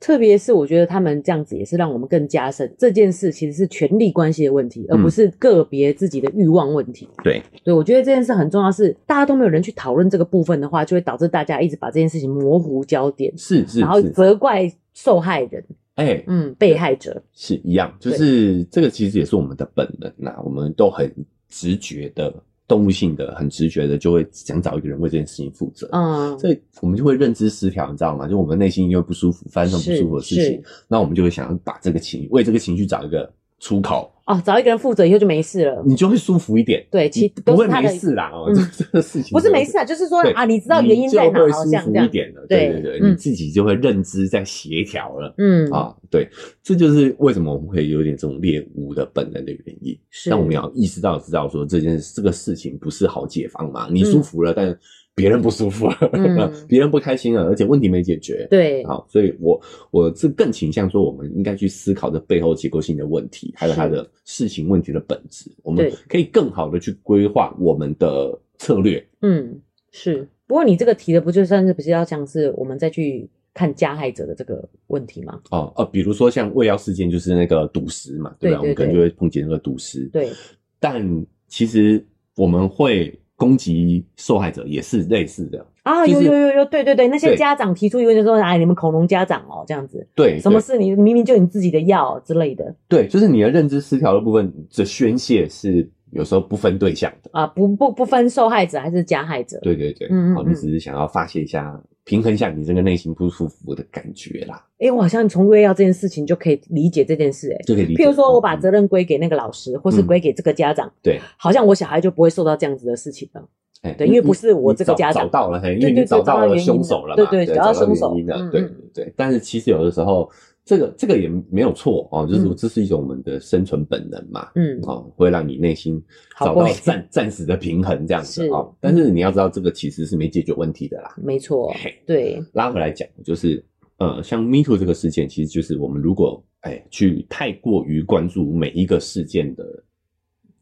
S1: 特别是我觉得他们这样子也是让我们更加深这件事其实是权力关系的问题，而
S2: 嗯
S1: 不是个别自己的欲望问题。
S2: 对，
S1: 对，我觉得这件事很重要是，大家都没有人去讨论这个部分的话，就会导致大家一直把这件事情模糊焦点，
S2: 是是
S1: 然后
S2: 是，
S1: 责怪受害人，
S2: 哎、
S1: 嗯，被害者，
S2: 是一样，就是这个其实也是我们的本能呐、我们都很直觉的、动物性的、很直觉的就会想找一个人为这件事情负责。
S1: 嗯，
S2: 所以我们就会认知失调，你知道吗？就我们内心因为不舒服，发生不
S1: 是
S2: 舒服的事情，那我们就会想要把这个情为这个情绪找一个出口，
S1: 哦，找一个人负责以后就没事了，
S2: 你就会舒服一点。
S1: 对，其
S2: 你
S1: 都
S2: 不
S1: 是
S2: 会
S1: 他
S2: 没
S1: 的，
S2: 事啦哦，
S1: 嗯
S2: 这这个事情
S1: 不是
S2: 就
S1: 没事啊，就是说
S2: 对
S1: 啊，你知道原因在哪，
S2: 你就
S1: 好
S2: 会舒
S1: 像
S2: 服
S1: 这
S2: 一
S1: 样，
S2: 点了。对
S1: 对
S2: 对对，
S1: 嗯
S2: 你自己就会认知在协调了
S1: 嗯，
S2: 啊。对，这就是为什么我们会有点这种猎物的本能的原因。
S1: 是，
S2: 但我们要意识到，知道说这件这个事情不是好解放嘛，你舒服了，但别人不舒服了，
S1: 嗯
S2: [laughs] 别人不开心了，而且问题没解决。
S1: 对，
S2: 好，所以我我是更倾向说，我们应该去思考这背后结构性的问题，还有它的事情问题的本质，我们
S1: 对
S2: 可以更好的去规划我们的策略。
S1: 嗯，是。不过你这个提的不就算是比较像是我们再去看加害者的这个问题吗？
S2: 哦哦，比如说像胃药事件，就是那个赌石嘛，对
S1: 对
S2: 吧？我
S1: 对
S2: 们可能就会碰见那个赌石。
S1: 对，
S2: 但其实我们会攻击受害者，也是类似的。
S1: 啊，
S2: 就
S1: 有
S2: 是
S1: 有有有，对对对，那些
S2: 对
S1: 家长提出疑问就说，哎，你们恐龙家长哦，这样子，
S2: 对，
S1: 什么
S2: 对
S1: 事你明明就你自己的药之类的
S2: 对，就是你的认知失调的部分的宣泄是有时候不分对象的。
S1: 啊，不不不分受害者还是加害者，
S2: 对对对，
S1: 嗯嗯
S2: 哦，你
S1: 嗯
S2: 只是想要发泄一下，平衡一下你这个内心不舒服的感觉啦，
S1: 哎，我好像从喂药这件事情就可以理解这件事，哎，
S2: 就可以理解。
S1: 譬如说我把
S2: 嗯
S1: 责任归给那个老师，或是
S2: 嗯
S1: 归给这个家长，
S2: 对，
S1: 好像我小孩就不会受到这样子的事情了。
S2: 哎
S1: 对因为不是我
S2: 你
S1: 这个
S2: 找
S1: 家长
S2: 找到了，嘿因
S1: 对
S2: 为你
S1: 对
S2: 找
S1: 找
S2: 到
S1: 到
S2: 了
S1: 原因
S2: 凶
S1: 了
S2: 手了嘛，
S1: 对对找
S2: 找
S1: 到
S2: 到
S1: 凶
S2: 原
S1: 手
S2: 因了
S1: 嗯，
S2: 对
S1: 嗯
S2: 对对。但是其实有的时候，这个这个也没有错哦，就是
S1: 嗯
S2: 这是一种我们的生存本能嘛，
S1: 嗯，
S2: 哦，会让你内心
S1: 好
S2: 找
S1: 过
S2: 到
S1: 一点
S2: 暂暂时的平衡这样子
S1: 是嗯
S2: 哦。但是你要知道，这个其实是没解决问题的啦。
S1: 没错
S2: 嘿，
S1: 对，
S2: 拉回来讲，就是呃，像 Me Too 这个事件，其实就是我们如果哎去太过于关注每一个事件的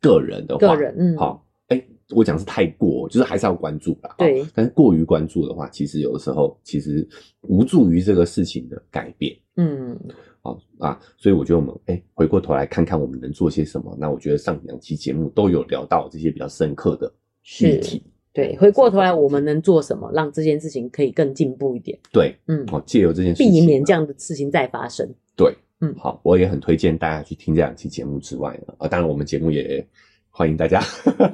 S2: 个人的话，
S1: 个人，嗯，
S2: 好，哎，我讲是太过，就是还是要关注啦。
S1: 对
S2: 哦但是过于关注的话，其实有的时候其实无助于这个事情的改变。
S1: 嗯，
S2: 好啊，所以我觉得我们哎，回过头来看看我们能做些什么。那我觉得上两期节目都有聊到这些比较深刻的议
S1: 是。
S2: 题，
S1: 对，回过头来，我们能做什么，让这件事情可以更进步一点？
S2: 对，
S1: 嗯，
S2: 哦，借由这件事情，
S1: 避免这样的事情再发生。
S2: 对，
S1: 嗯
S2: 好，我也很推荐大家去听这两期节目之外呢，啊，当然我们节目也欢迎大家 [laughs]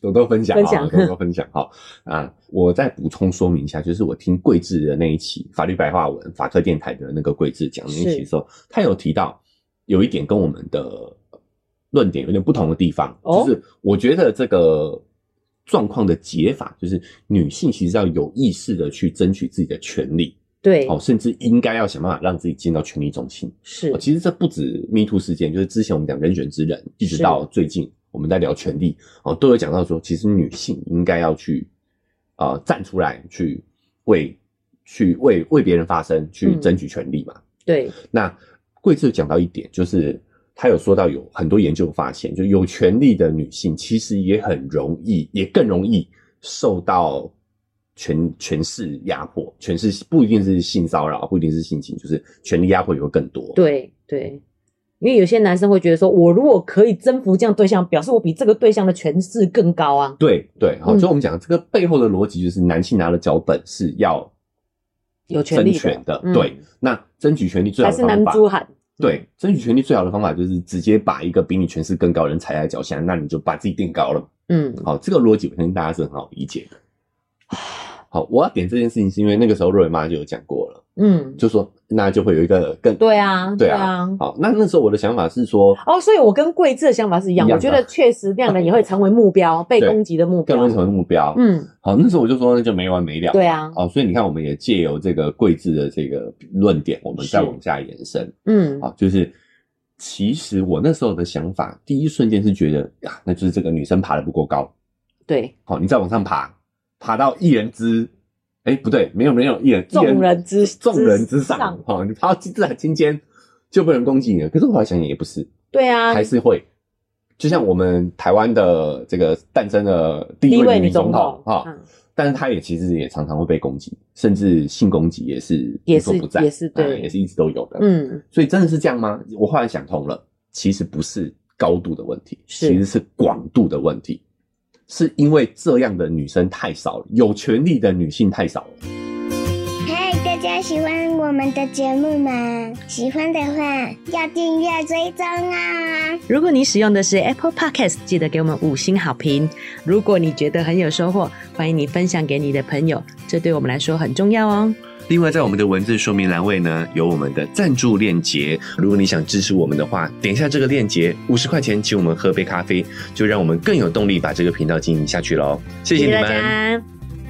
S2: 多多分享啊，
S1: 分享
S2: 多多分享哈啊！我再补充说明一下，就是我听桂智的那一期法律白话文法科电台的那个桂智讲那一期的时候，他有提到有一点跟我们的论点有点不同的地方，
S1: 哦
S2: 就是我觉得这个。状况的解法就是女性其实要有意识的去争取自己的权利，
S1: 对，
S2: 哦，甚至应该要想办法让自己进到权力中心。
S1: 是
S2: 哦，其实这不止 Me Too 事件，就是之前我们讲人选之人，一直
S1: 是
S2: 到最近我们在聊权利哦，都有讲到说，其实女性应该要去呃站出来去为去为为别人发声，去
S1: 嗯
S2: 争取权利嘛。
S1: 对，
S2: 那贵志讲到一点，就是他有说到有很多研究发现，就有权利的女性其实也很容易，也更容易受到权权势压迫，权势不一定是性骚扰，不一定是性侵，就是权力压迫也会更多。
S1: 对，对。因为有些男生会觉得说，我如果可以征服这样对象，表示我比这个对象的权势更高啊。
S2: 对对，好，
S1: 嗯
S2: 就我们讲这个背后的逻辑，就是男性拿了脚本是要
S1: 有权
S2: 争
S1: 利的
S2: 权的，
S1: 嗯
S2: 对，那争取权利最好
S1: 还
S2: 的
S1: 是
S2: 方法
S1: 男猪喊，
S2: 对，争取权利最好的方法就是直接把一个比你权势更高的人踩在脚下，那你就把自己垫高了嘛。
S1: 嗯，
S2: 好，这个逻辑我相信大家是很好理解的。好，我要点这件事情是因为那个时候瑞文妈就有讲过了，
S1: 嗯，
S2: 就说那就会有一个更
S1: 对啊，
S2: 对
S1: 啊
S2: 啊。好，那那时候我的想法是说，
S1: 哦，所以我跟桂志的想法是一样，
S2: 一样
S1: 我
S2: 的
S1: 觉得确实这样的也会成为目标，被
S2: 对
S1: 攻击的目
S2: 更
S1: 标
S2: 容。易成为目标。
S1: 嗯，
S2: 好，那时候我就说那就没完没了。
S1: 对啊，
S2: 哦，所以你看，我们也借由这个桂智的这个论点，我们再
S1: 是
S2: 往下延伸
S1: 嗯
S2: 啊、就是其实我那时候的想法，第一瞬间是觉得呀、那就是这个女生爬得不够高，
S1: 对，
S2: 好、你再往上爬，爬到一人之，哎，不对，没有没有一人，一
S1: 众人之
S2: 众人之
S1: 之
S2: 上
S1: 上，
S2: 哈、你爬到金字塔尖尖就被人攻击你了。可是我后来想想也不是，
S1: 对啊，
S2: 还是会。就像我们台湾的这个诞生了第
S1: 第
S2: 一
S1: 一
S2: 位
S1: 位女
S2: 女总
S1: 总统
S2: 统哈、
S1: 嗯
S2: 但是她也其实也常常会被攻击，甚至性攻击也是
S1: 也
S2: 无
S1: 是
S2: 所不在，
S1: 也是对
S2: 嗯也是一直都有的。，
S1: 嗯，
S2: 所以真的是这样吗？我后来想通了，其实不是高度的问题，
S1: 是
S2: 其实是广度的问题，是因为这样的女生太少了，有权利的女性太少了。
S3: 嗨，大家喜欢我们的节目吗？喜欢的话要订阅追踪啊！
S1: 如果你使用的是 Apple Podcast，记得给我们五星好评。如果你觉得很有收获，欢迎你分享给你的朋友，这对我们来说很重要哦。
S2: 另外，在我们的文字说明栏位呢，有我们的赞助链接。如果你想支持我们的话，点一下这个链接，五十块钱请我们喝杯咖啡，就让我们更有动力把这个频道经营下去喽。谢谢你们。
S1: 家。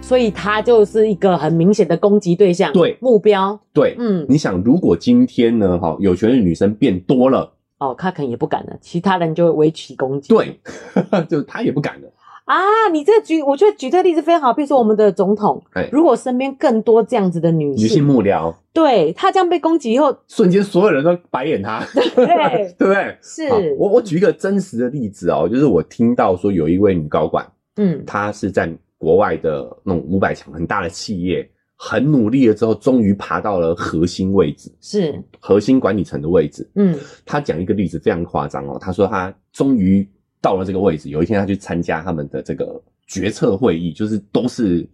S1: 所以他就是一个很明显的攻击对象，
S2: 对
S1: 目标，
S2: 对，
S1: 嗯，
S2: 你想，如果今天呢，哈，有权利女生变多了，
S1: 哦，他可能也不敢了，其他人就会围起攻击，
S2: 对， [laughs] 就她也不敢了。
S1: 啊，你这举，我觉得举这个例子非常好。比如说我们的总统，
S2: 哎，
S1: 如果身边更多这样子的女性，
S2: 女性幕僚
S1: 对她这样被攻击以后，
S2: 瞬间所有人都白眼她，
S1: [laughs] 对
S2: [laughs] 对不对？
S1: 是
S2: 好，我我举一个真实的例子哦，就是我听到说有一位女高管，
S1: 嗯，
S2: 她是在国外的那种五百强很大的企业，很努力了之后，终于爬到了核心位置，
S1: 是，
S2: 核心管理层的位置。
S1: 嗯，
S2: 她讲一个例子非常夸张哦，她说她终于到了这个位置，有一天她去参加他们的这个决策会议，就是都是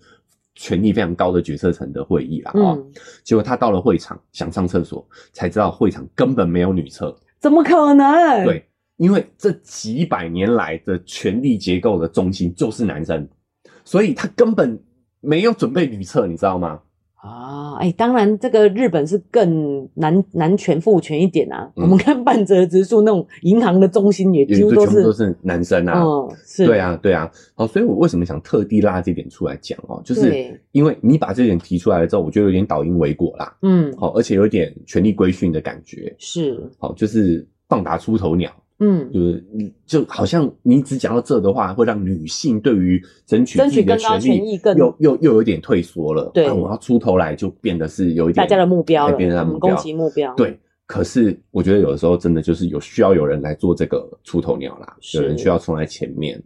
S2: 权力非常高的决策层的会议啦哦。
S1: 嗯，
S2: 结果她到了会场想上厕所，才知道会场根本没有女厕。
S1: 怎么可能？，
S2: 对，因为这几百年来的权力结构的中心就是男生，所以他根本没有准备女厕，你知道吗？
S1: 啊，哎，当然，这个日本是更男男权父权一点啊。
S2: 嗯
S1: 我们看半泽直树那种银行的中心也
S2: 也
S1: 几乎
S2: 就
S1: 都
S2: 全部
S1: 是，
S2: 都是男生啊。
S1: 嗯，是，
S2: 对，啊，对啊，哦，所以我为什么想特地拉这点出来讲哦，就是
S1: 对
S2: 因为你把这点提出来了之后，我觉得有点倒因为果啦，哦
S1: 嗯，
S2: 好、而且有点权力规训的感觉，
S1: 是，
S2: 好、就是棒打出头鸟，
S1: 嗯，
S2: 就是你就好像你只讲到这的话，会让女性对于争取
S1: 争
S2: 自
S1: 取
S2: 己的
S1: 更高权
S2: 权
S1: 益
S2: 利
S1: 更
S2: 又又又有点退缩了。
S1: 对
S2: 啊我要出头来就变得是有一点
S1: 大家的目标了，
S2: 变成他
S1: 我
S2: 的
S1: 们
S2: 目标
S1: 攻击目标，，
S2: 对。可是我觉得有的时候真的就是有需要有人来做这个出头鸟啦，
S1: 是
S2: 有人需要冲在前面，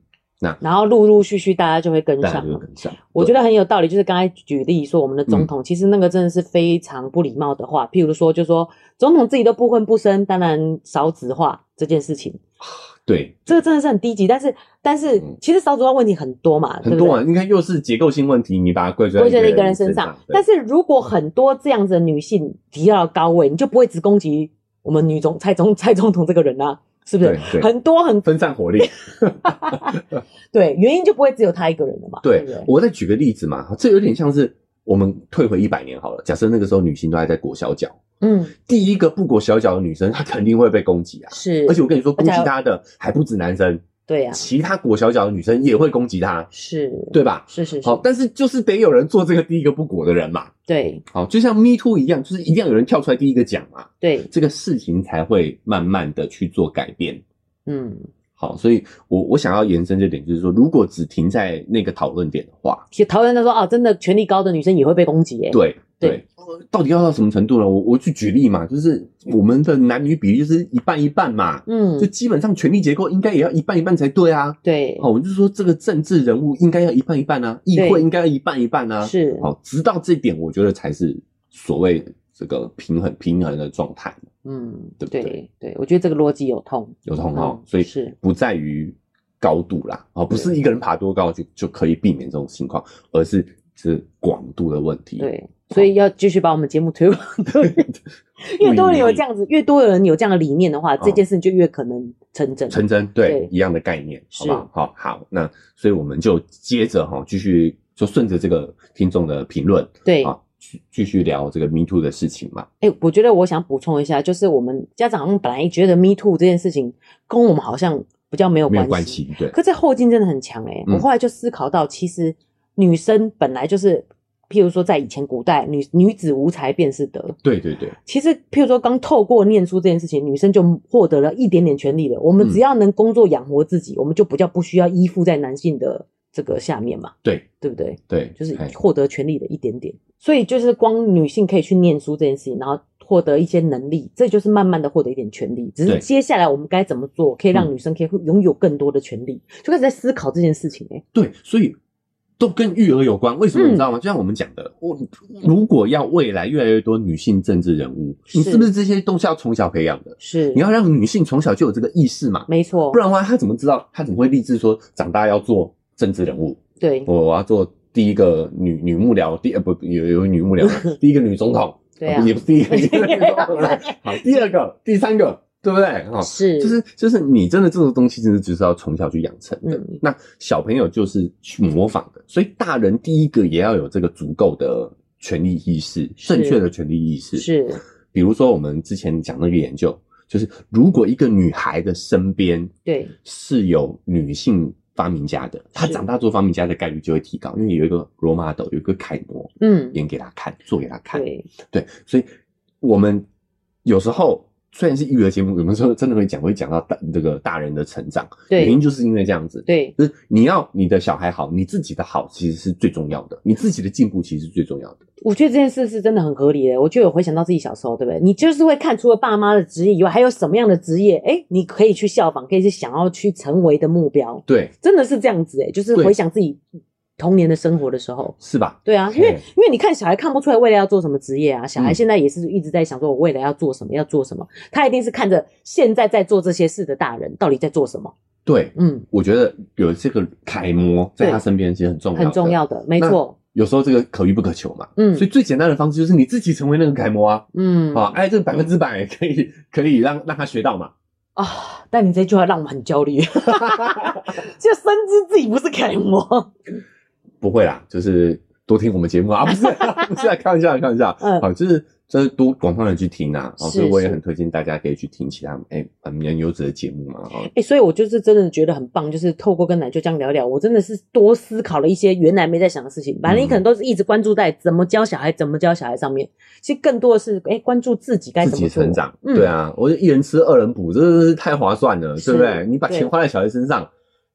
S1: 然后陆陆续续大家就会跟
S2: 大家
S1: 上
S2: 就
S1: 了。
S2: 跟上。
S1: 我觉
S2: 对嗯
S1: 得很有道理，就是刚才举例说我们的总统，其实那个真的是非常不礼貌的话，譬如说，就说总统自己都不婚不生，当然少子化这件事情，
S2: 对
S1: 这个真的是很低级。但是，但是
S2: 嗯
S1: 其实少子化问题很多嘛，对
S2: 很
S1: 不
S2: 多
S1: 对
S2: 啊，应该又是结构性问题，你把它归罪
S1: 不会在
S2: 在
S1: 一个人身上。但
S2: 是
S1: 是如果很多这样子的女性提到高位，你就不会只攻击我们女总蔡总蔡总统这个人啊，是不是？
S2: 对对
S1: 很多很
S2: 分散火力。
S1: 对，原因就不会只有她一个人了嘛。
S2: 对
S1: 不对，
S2: 我再举个例子嘛，这有点像是我们退回一百年好了，假设那个时候女性都还在裹小脚。
S1: 嗯，
S2: 第一个不裹小脚的女生，她肯定会被攻击啊。
S1: 是，
S2: 而且我跟你说，
S1: 而
S2: 攻
S1: 且
S2: 击
S1: 还有
S2: 她的还不止男生，
S1: 对呀、啊，
S2: 其他裹小脚的女生也会攻击她，
S1: 是，
S2: 对吧？
S1: 是是是
S2: 好，，但是就是得有人做这个第一个不裹的人嘛。
S1: 对
S2: 好，就像 Me Too 一样，就是一定要有人跳出来第一个讲嘛，
S1: 对，
S2: 这个事情才会慢慢的去做改变。
S1: 嗯。
S2: 好，所以我我想要延伸这点，就是说，如果只停在那个讨论点的话，
S1: 其实讨论他说啊，真的权力高的女生也会被攻击耶。，
S2: 对
S1: 对
S2: 对，呃到底要到什么程度呢？我我去举例嘛，就是我们的男女比例就是一半一半嘛，
S1: 嗯
S2: 就，基本上权力结构应该也要一半一半才对啊。
S1: 对，
S2: 好，我就说这个政治人物应该要一半一半啊，议
S1: 对
S2: 会应该要一半一半啊。
S1: 是
S2: 好，直到这点，我觉得才是所谓这个平衡平衡的状态，
S1: 嗯，
S2: 对不
S1: 对
S2: 对
S1: 对，我觉得这个逻辑有痛，
S2: 有同
S1: 嗯，
S2: 好所以
S1: 是
S2: 不在于高度啦，哦，不是
S1: 对
S2: 一个人爬多高就就可以避免这种情况，而是是广度的问题。，
S1: 对，所以要继续把我们节目推广
S2: [laughs]
S1: 对，越多人有这样子，越多人有这样的理念的话，这件事情就越可能成真。
S2: 成真对
S1: 对
S2: 一样的概念，好
S1: 是
S2: 不好？好，好，那所以我们就接着哈，继续就顺着这个听众的评论
S1: 对，
S2: 啊，继继续聊这个 Me Too 的事情嘛。
S1: 哎、我觉得我想补充一下，就是我们家长好像本来觉得 Me Too 这件事情跟我们好像比较没有
S2: 没
S1: 关
S2: 有
S1: 系，
S2: 关系，对，
S1: 可这后劲真的很强哎、
S2: 嗯
S1: 我后来就思考到，其实女生本来就是，譬如说在以前古代，女女子无才便是德。
S2: 对对对，
S1: 其实，譬如说刚透过念书这件事情，女生就获得了一点点权利了。我们
S2: 嗯
S1: 只要能工作养活自己，我们就比较不需要依附在男性的这个下面嘛，
S2: 对
S1: 对不对？
S2: 对，
S1: 就是
S2: 哎
S1: 获得权利的一点点。所以就是光女性可以去念书这件事情，然后获得一些能力，这就是慢慢的获得一点权利。只是
S2: 对嗯
S1: 接下来我们该怎么做，可以让女生可以拥有更多的权利，就开始在思考这件事情、欸。
S2: 对，所以都跟育儿有关。为什么
S1: 嗯
S2: 你知道吗？就像我们讲的，我如果要未来越来越多女性政治人物，你
S1: 是
S2: 是不是这些都是要从小培养的？
S1: 是，
S2: 你要让女性从小就有这个意识嘛，
S1: 没错，
S2: 不然的话，她怎么知道？她怎么会立志说长大要做政治人物？
S1: 对
S2: 我我要做第一个女女幕僚，第呃不有有有女幕僚
S1: [laughs]
S2: 吗，第一个女总统，
S1: 对啊
S2: 也不是第一个，第二
S1: [laughs]
S2: 个好，第二个、第三个，对不对？哈、
S1: 是
S2: 就是就是你真的这种东西，真的就是要从小去养成的。
S1: 嗯
S2: 那小朋友就是去模仿的，所以大人第一个也要有这个足够的权利意识，
S1: 是
S2: 正确的权利意识。
S1: 是，
S2: 比如说我们之前讲那个研究，就是如果一个女孩的身边
S1: 对
S2: 是有女性发明家的，她
S1: 是
S2: 长大做发明家的概率就会提高，因为有一个 role model，有一个楷模
S1: 嗯，
S2: 演给她看，做给她看。
S1: 对
S2: 对，所以我们有时候虽然是育儿节目，有时候真的会讲，会讲到大这个大人的成长，原因
S1: 对
S2: 就是因为这样子。
S1: 对，
S2: 就是你要你的小孩好，你自己的好其实是最重要的，你自己的进步其实是最重要的。
S1: 我觉得这件事是真的很合理的。我就有回想到自己小时候，对不对？你就是会看除了爸妈的职业以外，还有什么样的职业？哎，你可以去效仿，可以去想要去成为的目标，
S2: 对，
S1: 真的是这样子哎。就是
S2: 对
S1: 回想自己童年的生活的时候。
S2: 是吧？
S1: 对啊，因为
S2: 嘿
S1: 因为你看小孩看不出来未来要做什么职业啊，小孩
S2: 嗯
S1: 现在也是一直在想说，我未来要做什么，要做什么，他一定是看着现在在做这些事的大人到底在做什么，
S2: 对，
S1: 嗯，
S2: 我觉得有这个楷模在他身边其实很重要，
S1: 很重。要的，没
S2: 那
S1: 错，
S2: 有时候这个可遇不可求嘛，
S1: 嗯
S2: 所以最简单的方式就是你自己成为那个楷模啊，
S1: 嗯
S2: 啊，哎，这百分之百可以可以让让他学到嘛，
S1: 啊！但你这句话让我很焦
S2: [laughs]
S1: 虑，就深知自己不是楷模。
S2: 不会啦，就是多听我们节目啊，啊不 [laughs] 是不是啊，开玩笑开玩笑，
S1: 嗯
S2: 好，就是就是多广泛的去听啊，哦，
S1: 是
S2: 所以我也
S1: 是
S2: 很推荐大家可以去听其他哎很很优质的节目嘛，哦，
S1: 哎、所以我就是真的觉得很棒，就是透过跟奶就这样聊聊，我真的是多思考了一些原来没在想的事情。反正
S2: 嗯
S1: 你可能都是一直关注在怎么教小孩、怎么教小孩上面，其实更多的是哎、关注自己该
S2: 自
S1: 怎
S2: 己
S1: 么做
S2: 成长，
S1: 嗯
S2: 对啊，我觉得一人吃二人补，这真是太划算了，
S1: 是
S2: 对不对？你把钱
S1: 对
S2: 花在小孩身上，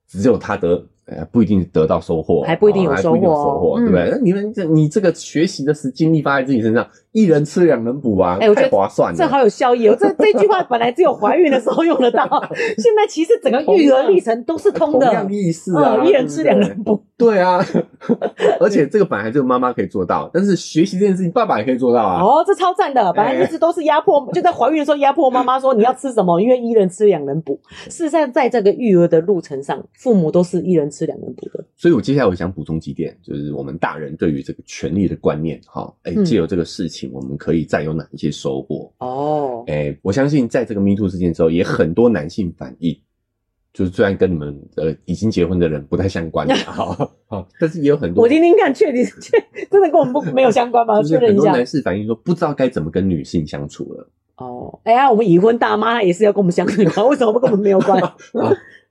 S2: 只有他得。呃，不一定得到收获，
S1: 还不一定有
S2: 哦还
S1: 收获
S2: 不一定有
S1: 哦
S2: 收获，
S1: 嗯
S2: 对不对？那你们这你这个学习的时精力放在自己身上，一人吃两人补啊，
S1: 哎我觉得
S2: 太划算了。
S1: 这好有效益哦！这这句话本来只有怀孕的时候用得
S2: [laughs]
S1: 到，现在其实整个育儿历程都是通的
S2: 同。样意思啊，
S1: 嗯，一人吃两人
S2: 补。
S1: 补，
S2: 对啊， [laughs] 而且这个本来只有妈妈可以做到，但是学习这件事情，爸爸也可以做到啊。哎
S1: 哦，这超赞的。本来一直都是压迫，就在怀孕的时候压迫妈妈说你要吃什么，因为一人吃两人补。事实上，在这个育儿的路程上，父母都是一人吃两人补的。
S2: 所以我接下来我想补充几点，就是我们大人对于这个权利的观念，哈，哎，
S1: 嗯
S2: 借由这个事情，我们可以再有哪一些收获？
S1: 哦，
S2: 哎，我相信在这个 Me Too 事件之后，也很多男性反映，就是虽然跟你们呃已经结婚的人不太相
S1: [laughs]
S2: 关了，哈，好，但是也有很多
S1: 我听听看，确定 [laughs] 确真的跟我们不没有相关吗？
S2: [laughs] 就是
S1: 确认
S2: 很
S1: 一
S2: 多
S1: 下。
S2: 男士反映说不知道该怎么跟女性相处了。
S1: 哦，哎呀，我们已婚大妈也是要跟我们相处吗？为 [laughs] 什么跟我们没有
S2: [laughs]
S1: 关？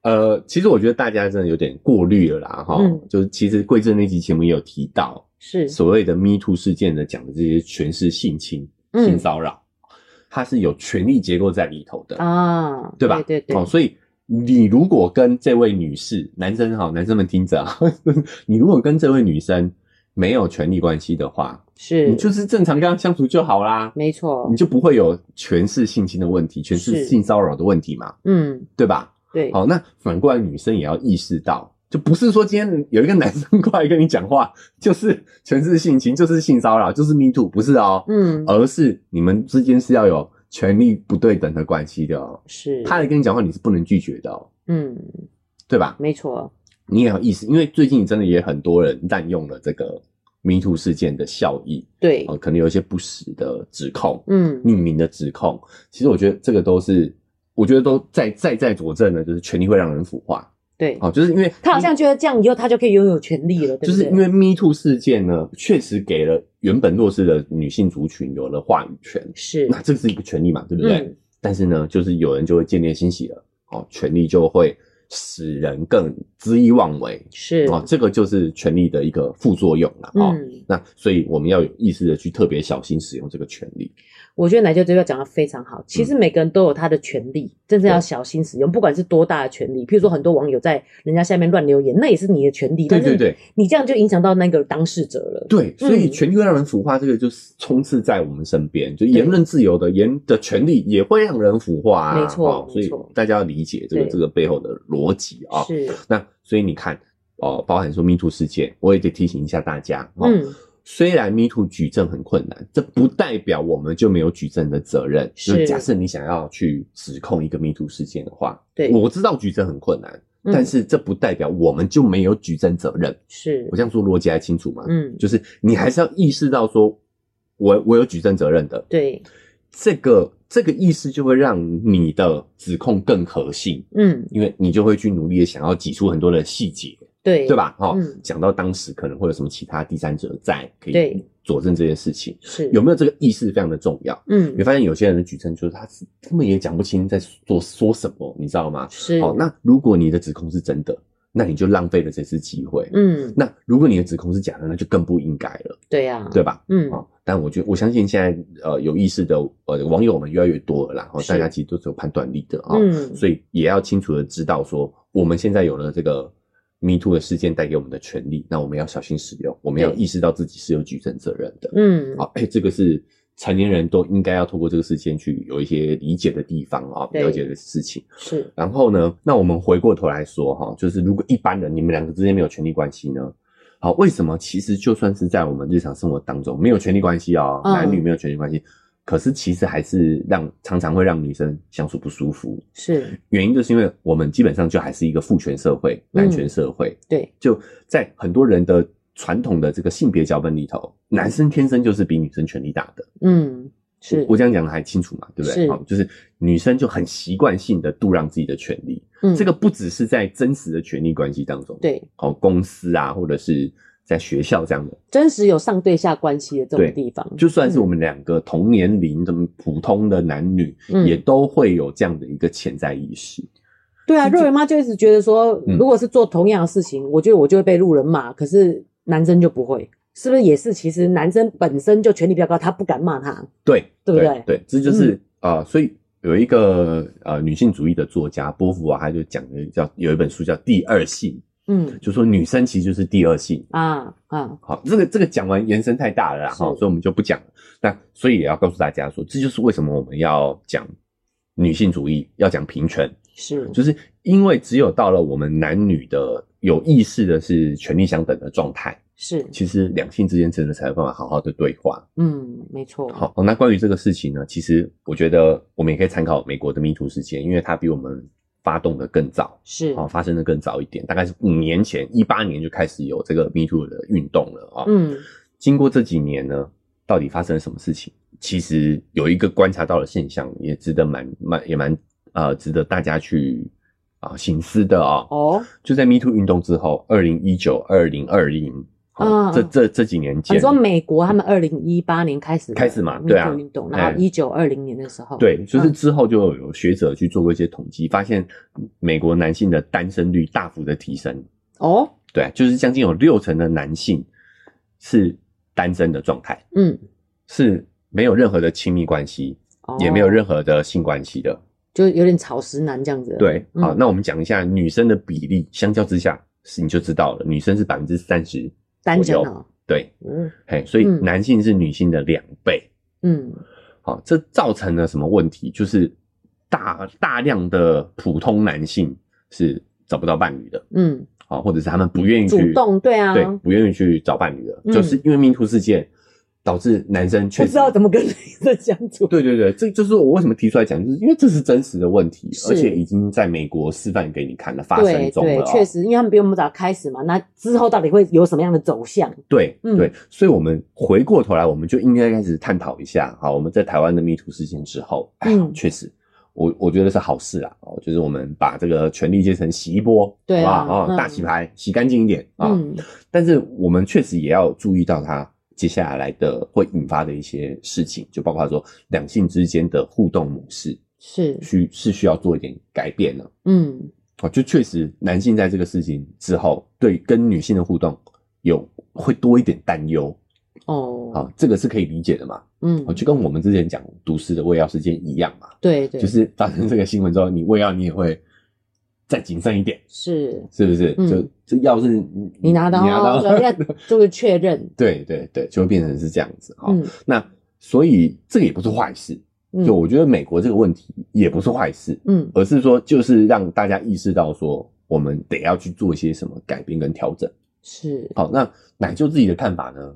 S2: 呃，其实我觉得大家真的有点过滤了啦，哈、
S1: 嗯
S2: 就是其实贵正那期节目也有提到，
S1: 是，
S2: 所谓的 Me Too 事件呢，讲的这些全是性侵、
S1: 嗯
S2: 性骚扰，它是有权力结构在里头的，
S1: 啊，
S2: 对吧？
S1: 对对
S2: 哦，，所以你如果跟这位女士，男生哈，男生们听着啊， [laughs] 你如果跟这位女生没有权利关系的话，
S1: 是
S2: 你，就是正常跟她相处就好啦，
S1: 没错
S2: 你，就不会有全是性侵的问题，全
S1: 是
S2: 是性骚扰的问题嘛，
S1: 嗯，
S2: 对吧？
S1: 对，
S2: 好，那反过来女生也要意识到，就不是说今天有一个男生过来跟你讲话， [laughs] 就是全是性侵，就是性骚扰，就是 me too，不是哦，
S1: 嗯，
S2: 而是你们之间是要有权利不对等的关系的哦。
S1: 是，
S2: 他来跟你讲话，你是不能拒绝的哦，
S1: 嗯，
S2: 对吧？
S1: 没错，
S2: 你也要意识，因为最近真的也很多人滥用了这个 me too 事件的效益，
S1: 对，
S2: 哦，可能有一些不实的指控，
S1: 嗯，
S2: 匿名的指控，其实我觉得这个都是。我觉得都在在在佐证了，就是权力会让人腐化。
S1: 对，
S2: 哦，就是因为
S1: 他好像觉得这样以后他就可以拥有权利了，对
S2: 就
S1: 不
S2: 是
S1: 对？
S2: 因为 Me Too 事件呢，确实给了原本弱势的女性族群有了话语权，
S1: 是，
S2: 那这是一个权利嘛，对不对？
S1: 嗯
S2: 但是呢，就是有人就会见猎心喜了，哦，权利就会使人更恣意妄为，
S1: 是，
S2: 哦，这个就是权利的一个副作用了，哦。
S1: 嗯，
S2: 那所以我们要有意识的去特别小心使用这个权利，
S1: 我觉得奶舅这边讲的非常好。其
S2: 嗯
S1: 实每个人都有他的权利，真正要小心使用，不管是多大的权利。譬如说，很多网友在人家下面乱留言，那也是你的权利。
S2: 对对，对
S1: 你这样就影响到那个当事者了。
S2: 对，所以
S1: 嗯
S2: 权利会让人腐化，这个就是冲刺在我们身边，就言论自由的言的权利也会让人腐化、啊，
S1: 没错
S2: 哦所
S1: 没
S2: 以
S1: 错
S2: 大家要理解这个
S1: 对
S2: 这个背后的逻辑啊、
S1: 是，
S2: 那所以你看哦，包含说 Me Too 事件，我也得提醒一下大家哦。
S1: 嗯，
S2: 虽然 Me Too 举证很困难，这不代表我们就没有举证的责任。
S1: 是
S2: 就假设你想要去指控一个 Me Too 事件的话，
S1: 对
S2: 我知道举证很困难，
S1: 嗯
S2: 但是这不代表我们就没有举证责任。
S1: 是
S2: 我，这样说逻辑还清楚吗？
S1: 嗯，
S2: 就是你还是要意识到说，我我有举证责任的，
S1: 对，
S2: 这个这个意识就会让你的指控更可信，
S1: 嗯，
S2: 因为你就会去努力的想要挤出很多的细节，
S1: 对，
S2: 对？吧？哦
S1: 嗯，
S2: 讲、到当时可能会有什么其他第三者在可以
S1: 对
S2: 佐证这件事情，
S1: 是，
S2: 有没有这个意识非常的重要。
S1: 嗯
S2: 你会，发现有些人的举证就是他是根本也讲不清在说说什么，你知道吗？
S1: 是，
S2: 好、那如果你的指控是真的，那你就浪费了这次机会。
S1: 嗯，
S2: 那如果你的指控是假的，那就更不应该了，
S1: 对呀，
S2: 对，吧？
S1: 嗯，
S2: 哦，但我觉得我相信现在呃有意识的呃网友们越来越多了啦，哦，
S1: 是
S2: 大家其实都是有判断力的啊、哦
S1: 嗯
S2: 所以也要清楚的知道说，我们现在有了这个 Me Too 的事件带给我们的权利，那我们要小心使用，我们要
S1: 对
S2: 意识到自己是有举证责任的。
S1: 嗯，
S2: 好、哎、这个是成年人都应该要透过这个事件去有一些理解的地方啊、
S1: 对
S2: 了解的事情。
S1: 是，
S2: 然后呢，那我们回过头来说哈，就是如果一般人你们两个之间没有权利关系呢，好，为什么其实就算是在我们日常生活当中没有权利关系哦，
S1: 嗯
S2: 男女没有权利关系，可是其实还是让常常会让女生相处不舒服，
S1: 是，
S2: 原因就是因为我们基本上就还是一个父权社会、
S1: 嗯
S2: 男权社会，
S1: 对，
S2: 就在很多人的传统的这个性别脚本里头，男生天生就是比女生权力大的。
S1: 嗯，是
S2: 我，我这样讲的还清楚嘛？对不对？
S1: 是
S2: 好，就是女生就很习惯性的度让自己的权利，
S1: 嗯
S2: 这个不只是在真实的权利关系当中，，
S1: 对
S2: 好、公司啊，或者是在学校这样的，
S1: 真实有上对下关系的这
S2: 对
S1: 种地方，
S2: 就算是我们两个同年龄的普通的男女，
S1: 嗯
S2: 也都会有这样的一个潜在意识。
S1: 对啊，肉圆妈就一直觉得说，
S2: 嗯
S1: 如果是做同样的事情，我觉得我就会被路人骂，可是男生就不会，是不是也是？其实男生本身就权力比较高，他不敢骂他。
S2: 对，
S1: 对不对嗯
S2: 对？这就是啊、呃所以有一个呃女性主义的作家波伏娃、她就讲的叫有一本书叫《第二性
S1: 嗯》，
S2: 就说女生其实就是第二性。
S1: 啊啊，
S2: 好，这个这个讲完延伸太大了啦，
S1: 是
S2: 哈，所以我们就不讲了。那所以也要告诉大家说，这就是为什么我们要讲女性主义，要讲平权，
S1: 是，
S2: 就是因为只有到了我们男女的有意识的是权利相等的状态，
S1: 是，
S2: 其实两性之间真的才有办法好好的对话。
S1: 嗯，没错。
S2: 好，那关于这个事情呢，其实我觉得我们也可以参考美国的 Me Too 事件，因为它比我们发动的更早，
S1: 是，
S2: 哦，发生的更早一点，大概是五年前，一八年就开始有这个 Me Too 的运动了啊、哦。
S1: 嗯，
S2: 经过这几年呢，到底发生了什么事情？其实有一个观察到的现象，也值得蛮蛮也蛮呃值得大家去啊、醒思的啊、哦。
S1: 哦，
S2: 就在 Me Too 运动之后，二零一九、二零二零，哦
S1: 啊
S2: 这这这几年
S1: 哦
S2: 间，
S1: 你说美国他们二零一八年开始
S2: 开始嘛对啊
S1: 运动，然后
S2: 哎
S1: 一九二零年的时候，
S2: 对，就是
S1: 嗯
S2: 之后就有学者去做过一些统计，发现美国男性的单身率大幅的提升。
S1: 哦，
S2: 对，啊就是将近有六成的男性是单身的状态，
S1: 嗯，
S2: 是没有任何的亲密关系，
S1: 哦
S2: 也没有任何的性关系的。
S1: 就有点草食男这样子。
S2: 对，
S1: 嗯
S2: 好，那我们讲一下女生的比例，相较之下，是你就知道了，女生是百分之三十，
S1: 单身
S2: 左右
S1: 哦，
S2: 对，
S1: 嗯
S2: 嘿，所以
S1: 嗯
S2: 男性是女性的两倍。
S1: 嗯，
S2: 好，这造成了什么问题？就是大大量的普通男性是找不到伴侣的，
S1: 嗯，
S2: 啊，或者是他们不愿意
S1: 主
S2: 去
S1: 动对啊，
S2: 对，不愿意去找伴侣的，
S1: 嗯
S2: 就是因为迷途事件导致男生确
S1: 不
S2: 实
S1: 知道怎么跟女生相处。
S2: 对对对，这就是我为什么提出来讲，就是因为这是真实的问题，
S1: 是
S2: 而且已经在美国示范给你看了，发
S1: 对
S2: 生中了、
S1: 对，
S2: 哦，
S1: 确实，因为他们比我们早开始嘛，那之后到底会有什么样的走向？
S2: 对
S1: 嗯
S2: 对，所以我们回过头来，我们就应该开始探讨一下。好，我们在台湾的迷途事件之后，哎
S1: 嗯
S2: 确实，我我觉得是好事啦。哦，就是我们把这个权力阶层洗一波，
S1: 对啊
S2: 好不好？哦，
S1: 嗯
S2: 大洗牌，洗干净一点啊。
S1: 嗯，
S2: 但是我们确实也要注意到它接下来的会引发的一些事情，就包括说两性之间的互动模式，
S1: 是，
S2: 需是需要做一点改变的、
S1: 嗯，
S2: 啊，就确实男性在这个事情之后，对跟女性的互动有会多一点担忧
S1: 哦，
S2: 啊，这个是可以理解的嘛，
S1: 嗯
S2: 啊，，就跟我们之前讲毒师的胃药事件一样嘛，
S1: 对对，
S2: 就是发生这个新闻之后，你胃药你也会再谨慎一点，
S1: 是
S2: 是不是？
S1: 嗯
S2: 就这药是你
S1: 你拿到
S2: 你拿到，
S1: [laughs] 要要做个确认，
S2: [laughs] 对对对，就会变成是这样子哈、
S1: 嗯
S2: 那所以这个也不是坏事，
S1: 嗯，
S2: 就我觉得美国这个问题也不是坏事，
S1: 嗯
S2: 而是说就是让大家意识到说，我们得要去做一些什么改变跟调整。
S1: 是，
S2: 好，那奶就自己的看法呢？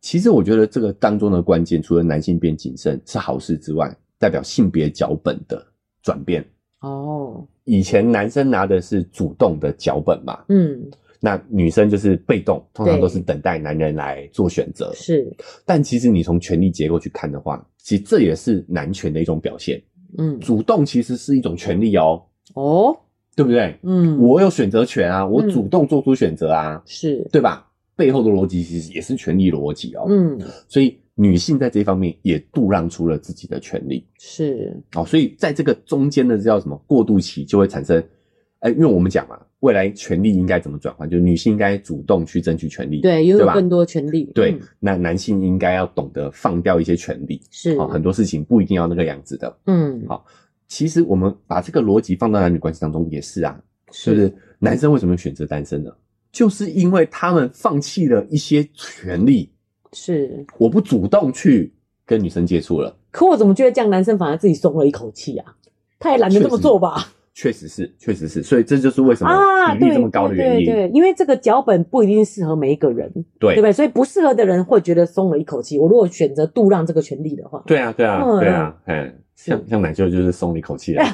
S2: 其实我觉得这个当中的关键，除了男性变谨慎是好事之外，代表性别脚本的转变。
S1: 哦，
S2: 以前男生拿的是主动的脚本嘛，
S1: 嗯
S2: 那女生就是被动，通常
S1: 对
S2: 都是等待男人来做选择。
S1: 是，
S2: 但其实你从权力结构去看的话，其实这也是男权的一种表现。
S1: 嗯
S2: 主动其实是一种权利哦，
S1: 哦，
S2: 对不对？
S1: 嗯，
S2: 我有选择权啊，我主动做出选择啊，
S1: 是，
S2: 对吧？背后的逻辑其实也是权力逻辑哦。
S1: 嗯
S2: 所以女性在这方面也度让出了自己的权利
S1: 是，
S2: 哦。所以在这个中间的这叫什么过渡期，就会产生，哎，因为我们讲嘛，未来权利应该怎么转换，就是女性应该主动去争取权利，
S1: 对，拥有
S2: 吧？
S1: 更多权利，
S2: 对，
S1: 嗯
S2: 那男性应该要懂得放掉一些权利，
S1: 是
S2: 哦，，很多事情不一定要那个样子的。
S1: 嗯
S2: 好其实我们把这个逻辑放到男女关系当中也是啊，是不是？男生为什么选择单身呢？就是因为他们放弃了一些权利，
S1: 是，
S2: 我不主动去跟女生接触了。
S1: 可我怎么觉得这样男生反而自己松了一口气啊？他也懒得这么做吧？
S2: 确实是，确实是，所以这就是为什
S1: 啊，
S2: 么比
S1: 对
S2: 例这么高的原
S1: 对
S2: 因。
S1: 对，对因为这个脚本不一定适合每一个人，
S2: 对
S1: 对不对？所以不适合的人会觉得松了一口气。我如果选择度让这个权利的
S2: [laughs]
S1: 话，
S2: 对啊，对啊，
S1: 嗯
S2: 对啊，嗯，像像奶舅就是松了一口气
S1: [laughs]
S2: 啊，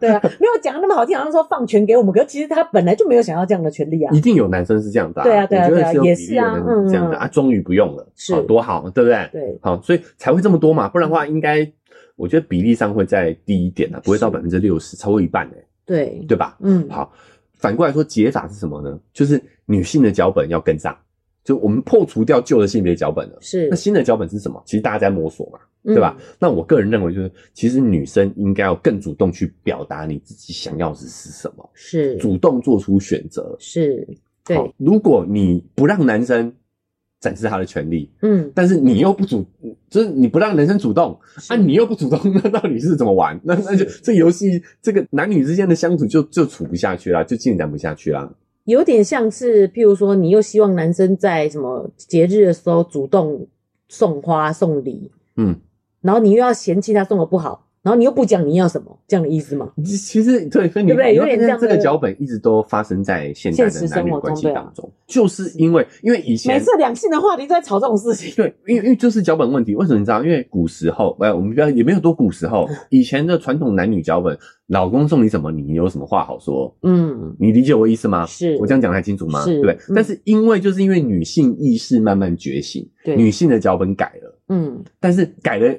S1: 对啊，没有讲得那么好听，好像说放权给我们，可是其实他本来就没有想要这样的权利啊
S2: 一。定有男生是这样的、
S1: 对啊对啊
S2: 我觉
S1: 对啊
S2: 得是有
S1: 也
S2: 比
S1: 是
S2: 例
S1: 啊
S2: 的男生这样的
S1: 嗯嗯
S2: 啊，终于不用了，
S1: 是
S2: 好多好，对不对？
S1: 对，
S2: 好，所以才会这么多嘛，不然的话应该。我觉得比例上会再低一点啊，不会到
S1: 是
S2: 百分之六十，超过一半哎、
S1: 对，
S2: 对吧？
S1: 嗯，
S2: 好，反过来说，解法是什么呢？就是女性的脚本要跟上，就我们破除掉旧的性别脚本了。
S1: 是嗯
S2: 那，新的脚本是什么？其实大家在摸索嘛，
S1: 对
S2: 对吧？？那我个人认为，就是其实女生应该要更主动去表达你自己想要的是什么，
S1: 是
S2: 主动做出选择。
S1: 是，
S2: 好
S1: 对，，
S2: 如果你不让男生展示他的权利，
S1: 嗯，
S2: 但是你又不主，就是你不让男生主动，
S1: 是
S2: 啊，你又不主动， [laughs] 那到底是怎么玩？那那就这游戏，这个男女之间的相处就就处不下去啦，就进展不下去啦。
S1: 有点像是，譬如说，你又希望男生在什么节日的时候主动送花送礼，
S2: 嗯，
S1: 然后你又要嫌弃他送的不好，然后你又不讲你要什么，这样的意思吗？
S2: 其其实对，所以你
S1: 对不对
S2: 你
S1: 有
S2: 会
S1: 点
S2: 发现
S1: 像
S2: 这
S1: 这
S2: 个
S1: 个
S2: 脚本一直都发生在现代
S1: 现
S2: 的
S1: 实
S2: 男
S1: 生
S2: 女
S1: 活中
S2: 关系
S1: 对啊
S2: 当中，就是因为因为以
S1: 每
S2: 前
S1: 次两性的话题都在吵这种事情。
S2: 对，因为因为就是脚本问题，为什么你知道？因为古时候，哎，我们不要也没有多古时
S1: 嗯
S2: 候，以前的传统男女脚本，老公送你什么，你有什么话好说？
S1: 嗯，
S2: 你理解我意思吗？
S1: 是
S2: 我这样讲还清楚吗？
S1: 是
S2: 对不对
S1: 嗯
S2: 但是因为就是因为女性意识慢慢觉醒，
S1: 对，
S2: 女性的脚本改了，
S1: 嗯，
S2: 但是改了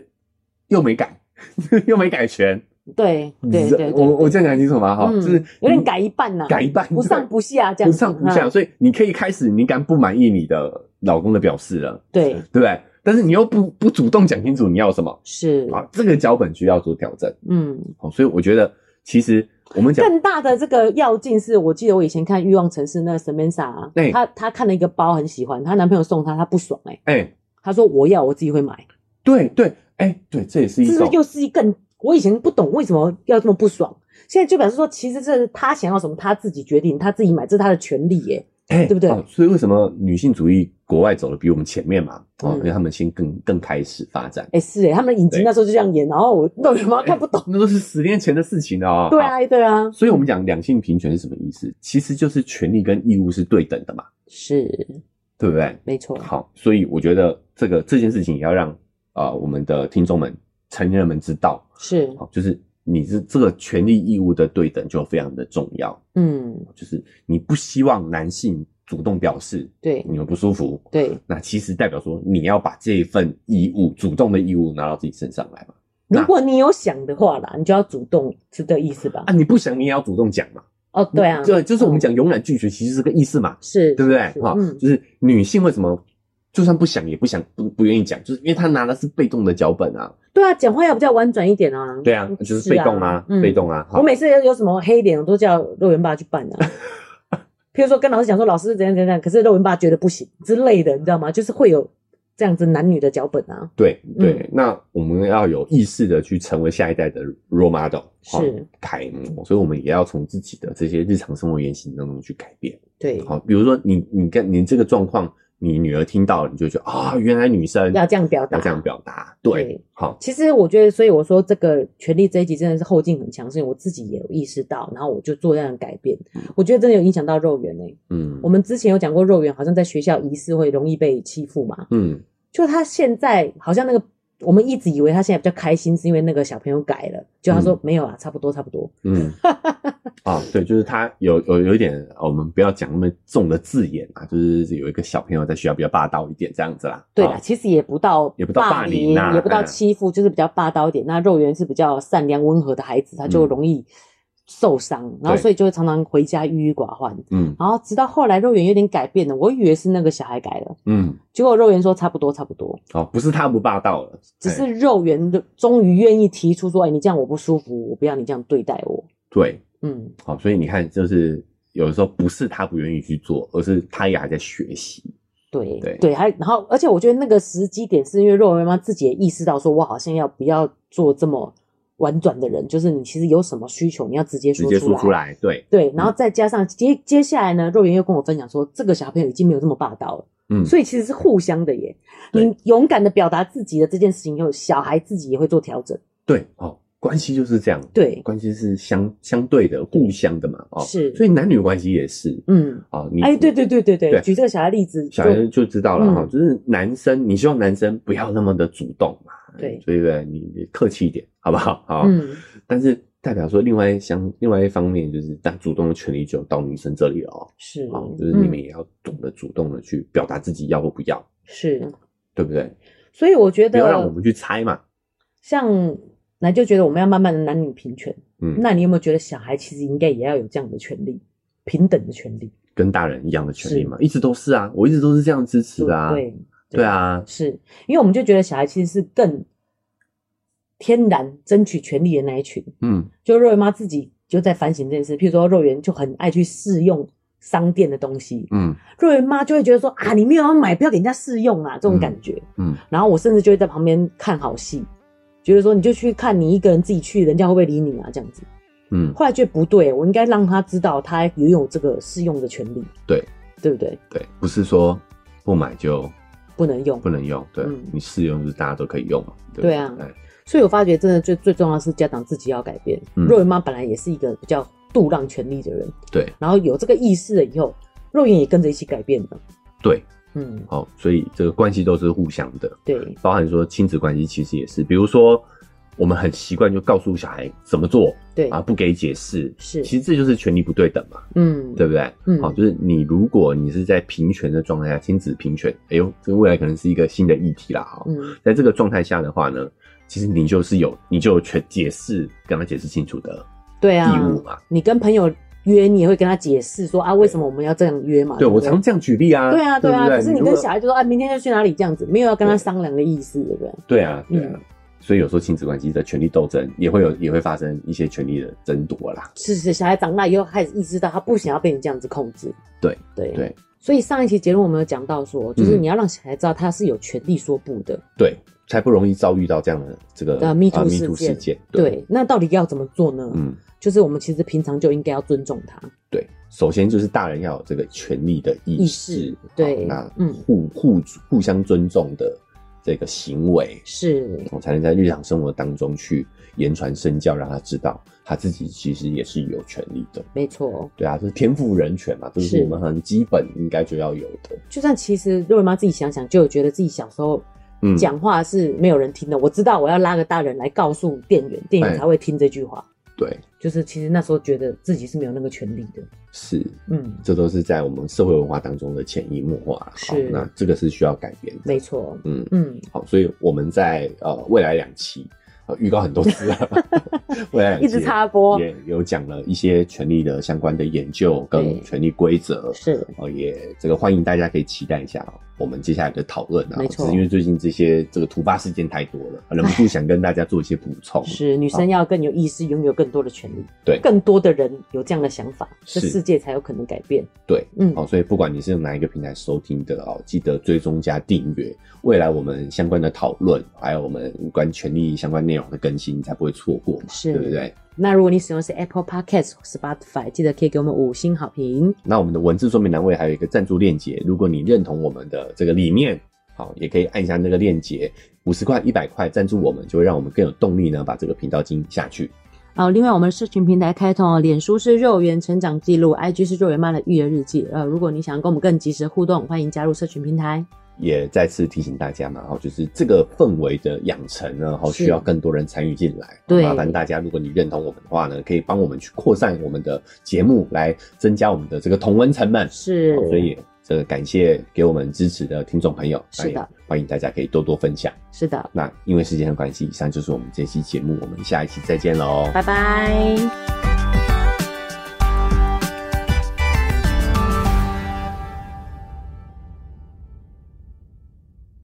S2: 又没改， [laughs] 又没改全。
S1: 对对
S2: 你知
S1: 对，
S2: 我我这
S1: 样
S2: 样讲清楚吗？哈、就是
S1: 有点改一半呐，
S2: 改一半，
S1: 不上
S2: 对
S1: 不下这样子，嗯
S2: 不上不下，
S1: 哈，
S2: 所以你可以开始，你敢不满意你的老公的表示了，
S1: 对，
S2: 对不对？但是你又不不主动讲清楚你要什么
S1: 是，
S2: 啊，这个脚本需要做调整。
S1: 嗯。
S2: 好、所以我觉得其实我们讲
S1: 更大的这个要件是，我记得我以前看《欲望城市》那个 Samantha，、啊
S2: 对
S1: 她她看了一个包很喜欢，她男朋友送她，她不爽哎、
S2: 哎、
S1: 她说我要我自己会买，
S2: 对对，哎、对，这也是
S1: 这
S2: 一
S1: 是不
S2: 种
S1: 是又是一更？我以前不懂为什么要这么不爽，现在就表示说，其实这是她想要什么，她自己决定，她自己买，这是她的权利耶、
S2: 哎
S1: 对不对
S2: 哦所以为什么女性主义国外走的比我们前面嘛？哦，
S1: 嗯
S2: 因为他们先更更开始发展。
S1: 哎、是哎、他们的影集
S2: 对
S1: 那时候就这样演，然后我弄什么看不懂。
S2: 那都是十年前的事情了哦。
S1: 对
S2: 好。
S1: 啊，对啊，
S2: [laughs] 所以我们讲两性平权是什么意思？其实就是权利跟义务是对等的嘛，
S1: 是
S2: 对不对？
S1: 没错，
S2: 好，所以我觉得这个这件事情也要让啊、呃我们的听众们、成人们知道，
S1: 是
S2: 好，就是你是这个权利义务的对等就非常的重要，
S1: 嗯，
S2: 就是你不希望男性主动表示
S1: 对
S2: 你们不舒服，
S1: 对，
S2: 那其实代表说你要把这一份义务、主动的义务拿到自己身上来嘛。那
S1: 如果你有想的话啦，你就要主动，是这个意思吧
S2: 啊，？你不想你也要主动讲嘛。
S1: 哦，对啊，
S2: 对，就是我们
S1: 嗯
S2: 讲勇敢拒绝，其实是个意思嘛，
S1: 是，
S2: 对不对
S1: 是？
S2: 哈、
S1: 嗯，
S2: 就是女性为什么就算不想也不想不不愿意讲，就是因为他拿的是被动的脚本啊，
S1: 对啊，讲话要比较婉转一点啊。
S2: 对啊，就是被动啊，
S1: 嗯
S2: 被动啊，
S1: 我
S2: 好，
S1: 每次有什么黑脸，我都叫肉圆爸去办啊。
S2: [laughs]
S1: 譬如说跟老师讲说老师怎样怎样怎样，可是肉圆爸觉得不行之类的，你知道吗？就是会有这样子男女的脚本啊。
S2: 对对、
S1: 嗯
S2: 那我们要有意识的去成为下一代的 role model，好
S1: 是
S2: 楷模，所以我们也要从自己的这些日常生活言行当中去改变。
S1: 对，
S2: 好，比如说你你跟你这个状况，你女儿听到了，你就觉得啊、原来女生
S1: 要这样表达。
S2: 要这样表达，对，
S1: 对
S2: 好，
S1: 其实我觉得，所以我说这个权力这一集真的是后劲很强，是因为我自己也有意识到，然后我就做这样的改变。我觉得真的有影响到肉圆呢、欸
S2: 嗯，
S1: 我们之前有讲过，肉圆好像在学校疑似会容易被欺负嘛，
S2: 嗯
S1: 就他现在好像那个，我们一直以为他现在比较开心，是因为那个小朋友改了，就他说、
S2: 嗯
S1: 没有啊，差不多差不多。 [laughs]
S2: 嗯，啊，对，就是他有有有一点，呃我们不要讲那么重的字眼啊，就是有一个小朋友在学校比较霸道一点这样子啦，
S1: 对啦，
S2: 啊
S1: 其实也不到
S2: 也不到霸凌
S1: 凌，
S2: 啊
S1: 也不到
S2: 嗯
S1: 欺负，就是比较霸道一点。那肉圆是比较善良温和的孩子，他就
S2: 嗯
S1: 容易受伤，然后
S2: 对
S1: 所以就会常常回家郁郁寡欢。
S2: 嗯
S1: 然后直到后来肉圆有点改变了，我以为是那个小孩改了，
S2: 嗯，
S1: 结果肉圆说差不多差不多，
S2: 好、不是他不霸道了，
S1: 只
S2: 哎
S1: 是肉圆的终于愿意提出说，哎，你这样我不舒服，我不要你这样对待我。
S2: 对，
S1: 嗯，
S2: 好、所以你看，就是有的时候不是他不愿意去做，而是他也还在学习，
S1: 对
S2: 对
S1: 还然后而且我觉得那个时机点是因为肉圆妈妈自己也意识到说，我好像要不要做这么婉转的人，就是你其实有什么需求，你要直接
S2: 直
S1: 说
S2: 接
S1: 出
S2: 说
S1: 来。
S2: 出来，嗯对，
S1: 对，然后再加上接接下来呢，肉圆又跟我分享说，这个小朋友已经没有这么霸道了。
S2: 嗯，
S1: 所以其实是互相的耶。
S2: 对
S1: 你勇敢的表达自己的这件事情以后，小孩自己也会做调整。
S2: 对，哦，关系就是这样，
S1: 对，
S2: 关系是相相对的，互相的嘛，哦，
S1: 是
S2: 所以男女关系也是，
S1: 嗯，
S2: 哦，你
S1: 哎，对对对对对，
S2: 对
S1: 举这个小孩例子就，
S2: 小孩就知道了哈、
S1: 嗯
S2: 就是男生，你希望男生不要那么的主动嘛，
S1: 对
S2: 所以呢，你你客气一点，好不好？好，
S1: 嗯，
S2: 但是代表说另外一相另外一方面就是，但主动的权利就到女生这里了哦，
S1: 是
S2: 啊、就是你们
S1: 嗯
S2: 也要懂得主动的去表达自己要或不要，
S1: 是，
S2: 对不对？
S1: 所以我觉
S2: 不要让我
S1: 得
S2: 们去猜嘛，
S1: 像奶就觉得我们要慢慢的男女平权。
S2: 嗯
S1: 那你有没有觉得小孩其实应该也要有这样的权利，平等的权利？
S2: 跟大人一样的权利嘛，一直都是啊，我一直都是这样支持的啊，
S1: 对
S2: 对，啊，
S1: 是因为我们就觉得小孩其实是更天然争取权利的那一群。
S2: 嗯
S1: 就肉圆妈自己就在反省这件事。譬如说，肉圆就很爱去试用商店的东西，
S2: 嗯
S1: 肉圆妈就会觉得说啊，你没有要买，不要给人家试用啊，这种感觉。
S2: 嗯，
S1: 然后我甚至就会在旁边看好戏，觉得说你就去看，你一个人自己去，人家会不会理你啊？这样子。
S2: 嗯，
S1: 后来觉得不对，我应该让他知道他也有这个试用的权利，
S2: 对
S1: 对不对？
S2: 对，不是说不买就
S1: 不能用
S2: 不。能用，对、
S1: 嗯
S2: 你试用就是大家都可以用嘛，对不
S1: 对啊
S2: 哎
S1: 所以我发觉，真的最最重要的是家长自己要改变。
S2: 嗯
S1: 肉圆妈本来也是一个比较度让权利的人，
S2: 对
S1: 然后有这个意识了以后，肉圆也跟着一起改变了。
S2: 对，
S1: 嗯，
S2: 好、所以这个关系都是互相的，
S1: 对，
S2: 包含说亲子关系其实也是，比如说我们很习惯就告诉小孩怎么做
S1: 对
S2: 啊，不给解释，
S1: 是
S2: 其实这就是权利不对等嘛，
S1: 嗯，
S2: 对不对？
S1: 嗯
S2: 好、就是你如果你是在平权的状态下，亲子平权，哎呦，这未来可能是一个新的议题啦，哈、
S1: 嗯，
S2: 在这个状态下的话呢，其实你就是有你就有权解释跟他解释清楚的
S1: 对啊，
S2: 义务嘛。
S1: 你跟朋友约，你也会跟他解释说啊，为什么我们要这样约嘛？
S2: 对，
S1: 不
S2: 我常这样举例啊。
S1: 对啊，对啊。
S2: 不对
S1: 可是你
S2: 如
S1: 跟
S2: 果
S1: 小孩就说啊，明天要去哪里这样子，没有要跟他
S2: 对
S1: 商量的意思，对不对？
S2: 对啊，对啊。
S1: 嗯
S2: 所以有时候亲子关系的权力斗争也会有，也会发生一些权力的争夺啦。
S1: 是是，小孩长大以后开始意识到他不想要被你这样子控制。
S2: 对
S1: 对
S2: 对。
S1: 所以上一期节目我们有讲到说，就是
S2: 嗯
S1: 你要让小孩知道他是有权利说不的。
S2: 对，才不容易遭遇到这样的这个
S1: 啊，Me Too
S2: 啊
S1: 事
S2: Too
S1: 件
S2: 事件。，
S1: 对，那到底要怎么做呢？
S2: 嗯，
S1: 就是我们其实平常就应该要尊重他。
S2: 对。首先就是大人要有这个权利的意
S1: 意
S2: 识
S1: 识，对
S2: 好那
S1: 嗯
S2: 互互互相尊重的这个行为，
S1: 是，
S2: 我才能在日常生活当中去言传身教，让他知道他自己其实也是有权利的。
S1: 没错。
S2: 对啊，这是天赋人权嘛，这是
S1: 是
S2: 我们很基本应该就要有的。
S1: 就算其实肉圆妈自己想想，就有觉得自己小时候
S2: 嗯
S1: 讲话是没有人听的。我知道我要拉个大人来告诉店员，店员
S2: 哎
S1: 才会听这句话。
S2: 对，
S1: 就是其实那时候觉得自己是没有那个权利的。
S2: 是，
S1: 嗯，
S2: 这都是在我们社会文化当中的潜移默化啦。好
S1: 是
S2: 那这个是需要改变的。
S1: 没错。
S2: 嗯，
S1: 嗯，
S2: 好，所以我们在呃未来两期啊、呃预告很多次了， [laughs] 未来两
S1: [laughs] 一直
S2: 集
S1: 插播，
S2: 也有讲了一些权利的相关的研究跟
S1: 对
S2: 权利规则，
S1: 是
S2: 哦，也这个欢迎大家可以期待一下哦我们接下来的讨论啊，
S1: 没错
S2: 只是因为最近这些这个突发事件太多了，忍不住想跟大家做一些补充。
S1: 是，女生要更有意识，拥有更多的权利，
S2: 哦啊对
S1: 更多的人有这样的想法，这
S2: 是
S1: 世界才有可能改变。
S2: 对，
S1: 嗯，
S2: 哦，所以不管你是用哪一个平台收听的哦，记得追踪加订阅，未来我们相关的讨论，还有我们关于权利相关内容的更新，你才不会错过嘛，
S1: 是
S2: 对不对？
S1: 那如果你使用的是 Apple Podcast 或 Spotify，记得可以给我们五星好评。
S2: 那我们的文字说明栏位还有一个赞助链接，如果你认同我们的这个理念，好，也可以按一下那个链接，五十块、一百块赞助我们，就会让我们更有动力呢，把这个频道经营下去。
S1: 哦，另外我们的社群平台开通哦，脸书是肉圆成长记录，IG 是肉圆妈的育儿日记。呃，如果你想跟我们更及时互动，欢迎加入社群平台。
S2: 也再次提醒大家嘛，哈，就是这个氛围的养成呢，哈，
S1: 是
S2: 需要更多人参与进来。
S1: 对
S2: 麻烦大家，如果你认同我们的话呢，可以帮我们去扩散我们的节目，来增加我们的这个同温层们。
S1: 是，
S2: 好所以这个感谢给我们支持的听众朋友，
S1: 是的
S2: 那也欢迎大家可以多多分享。
S1: 是的，
S2: 那因为时间的关系，以上就是我们这期节目，我们下一期再见喽，
S1: 拜拜。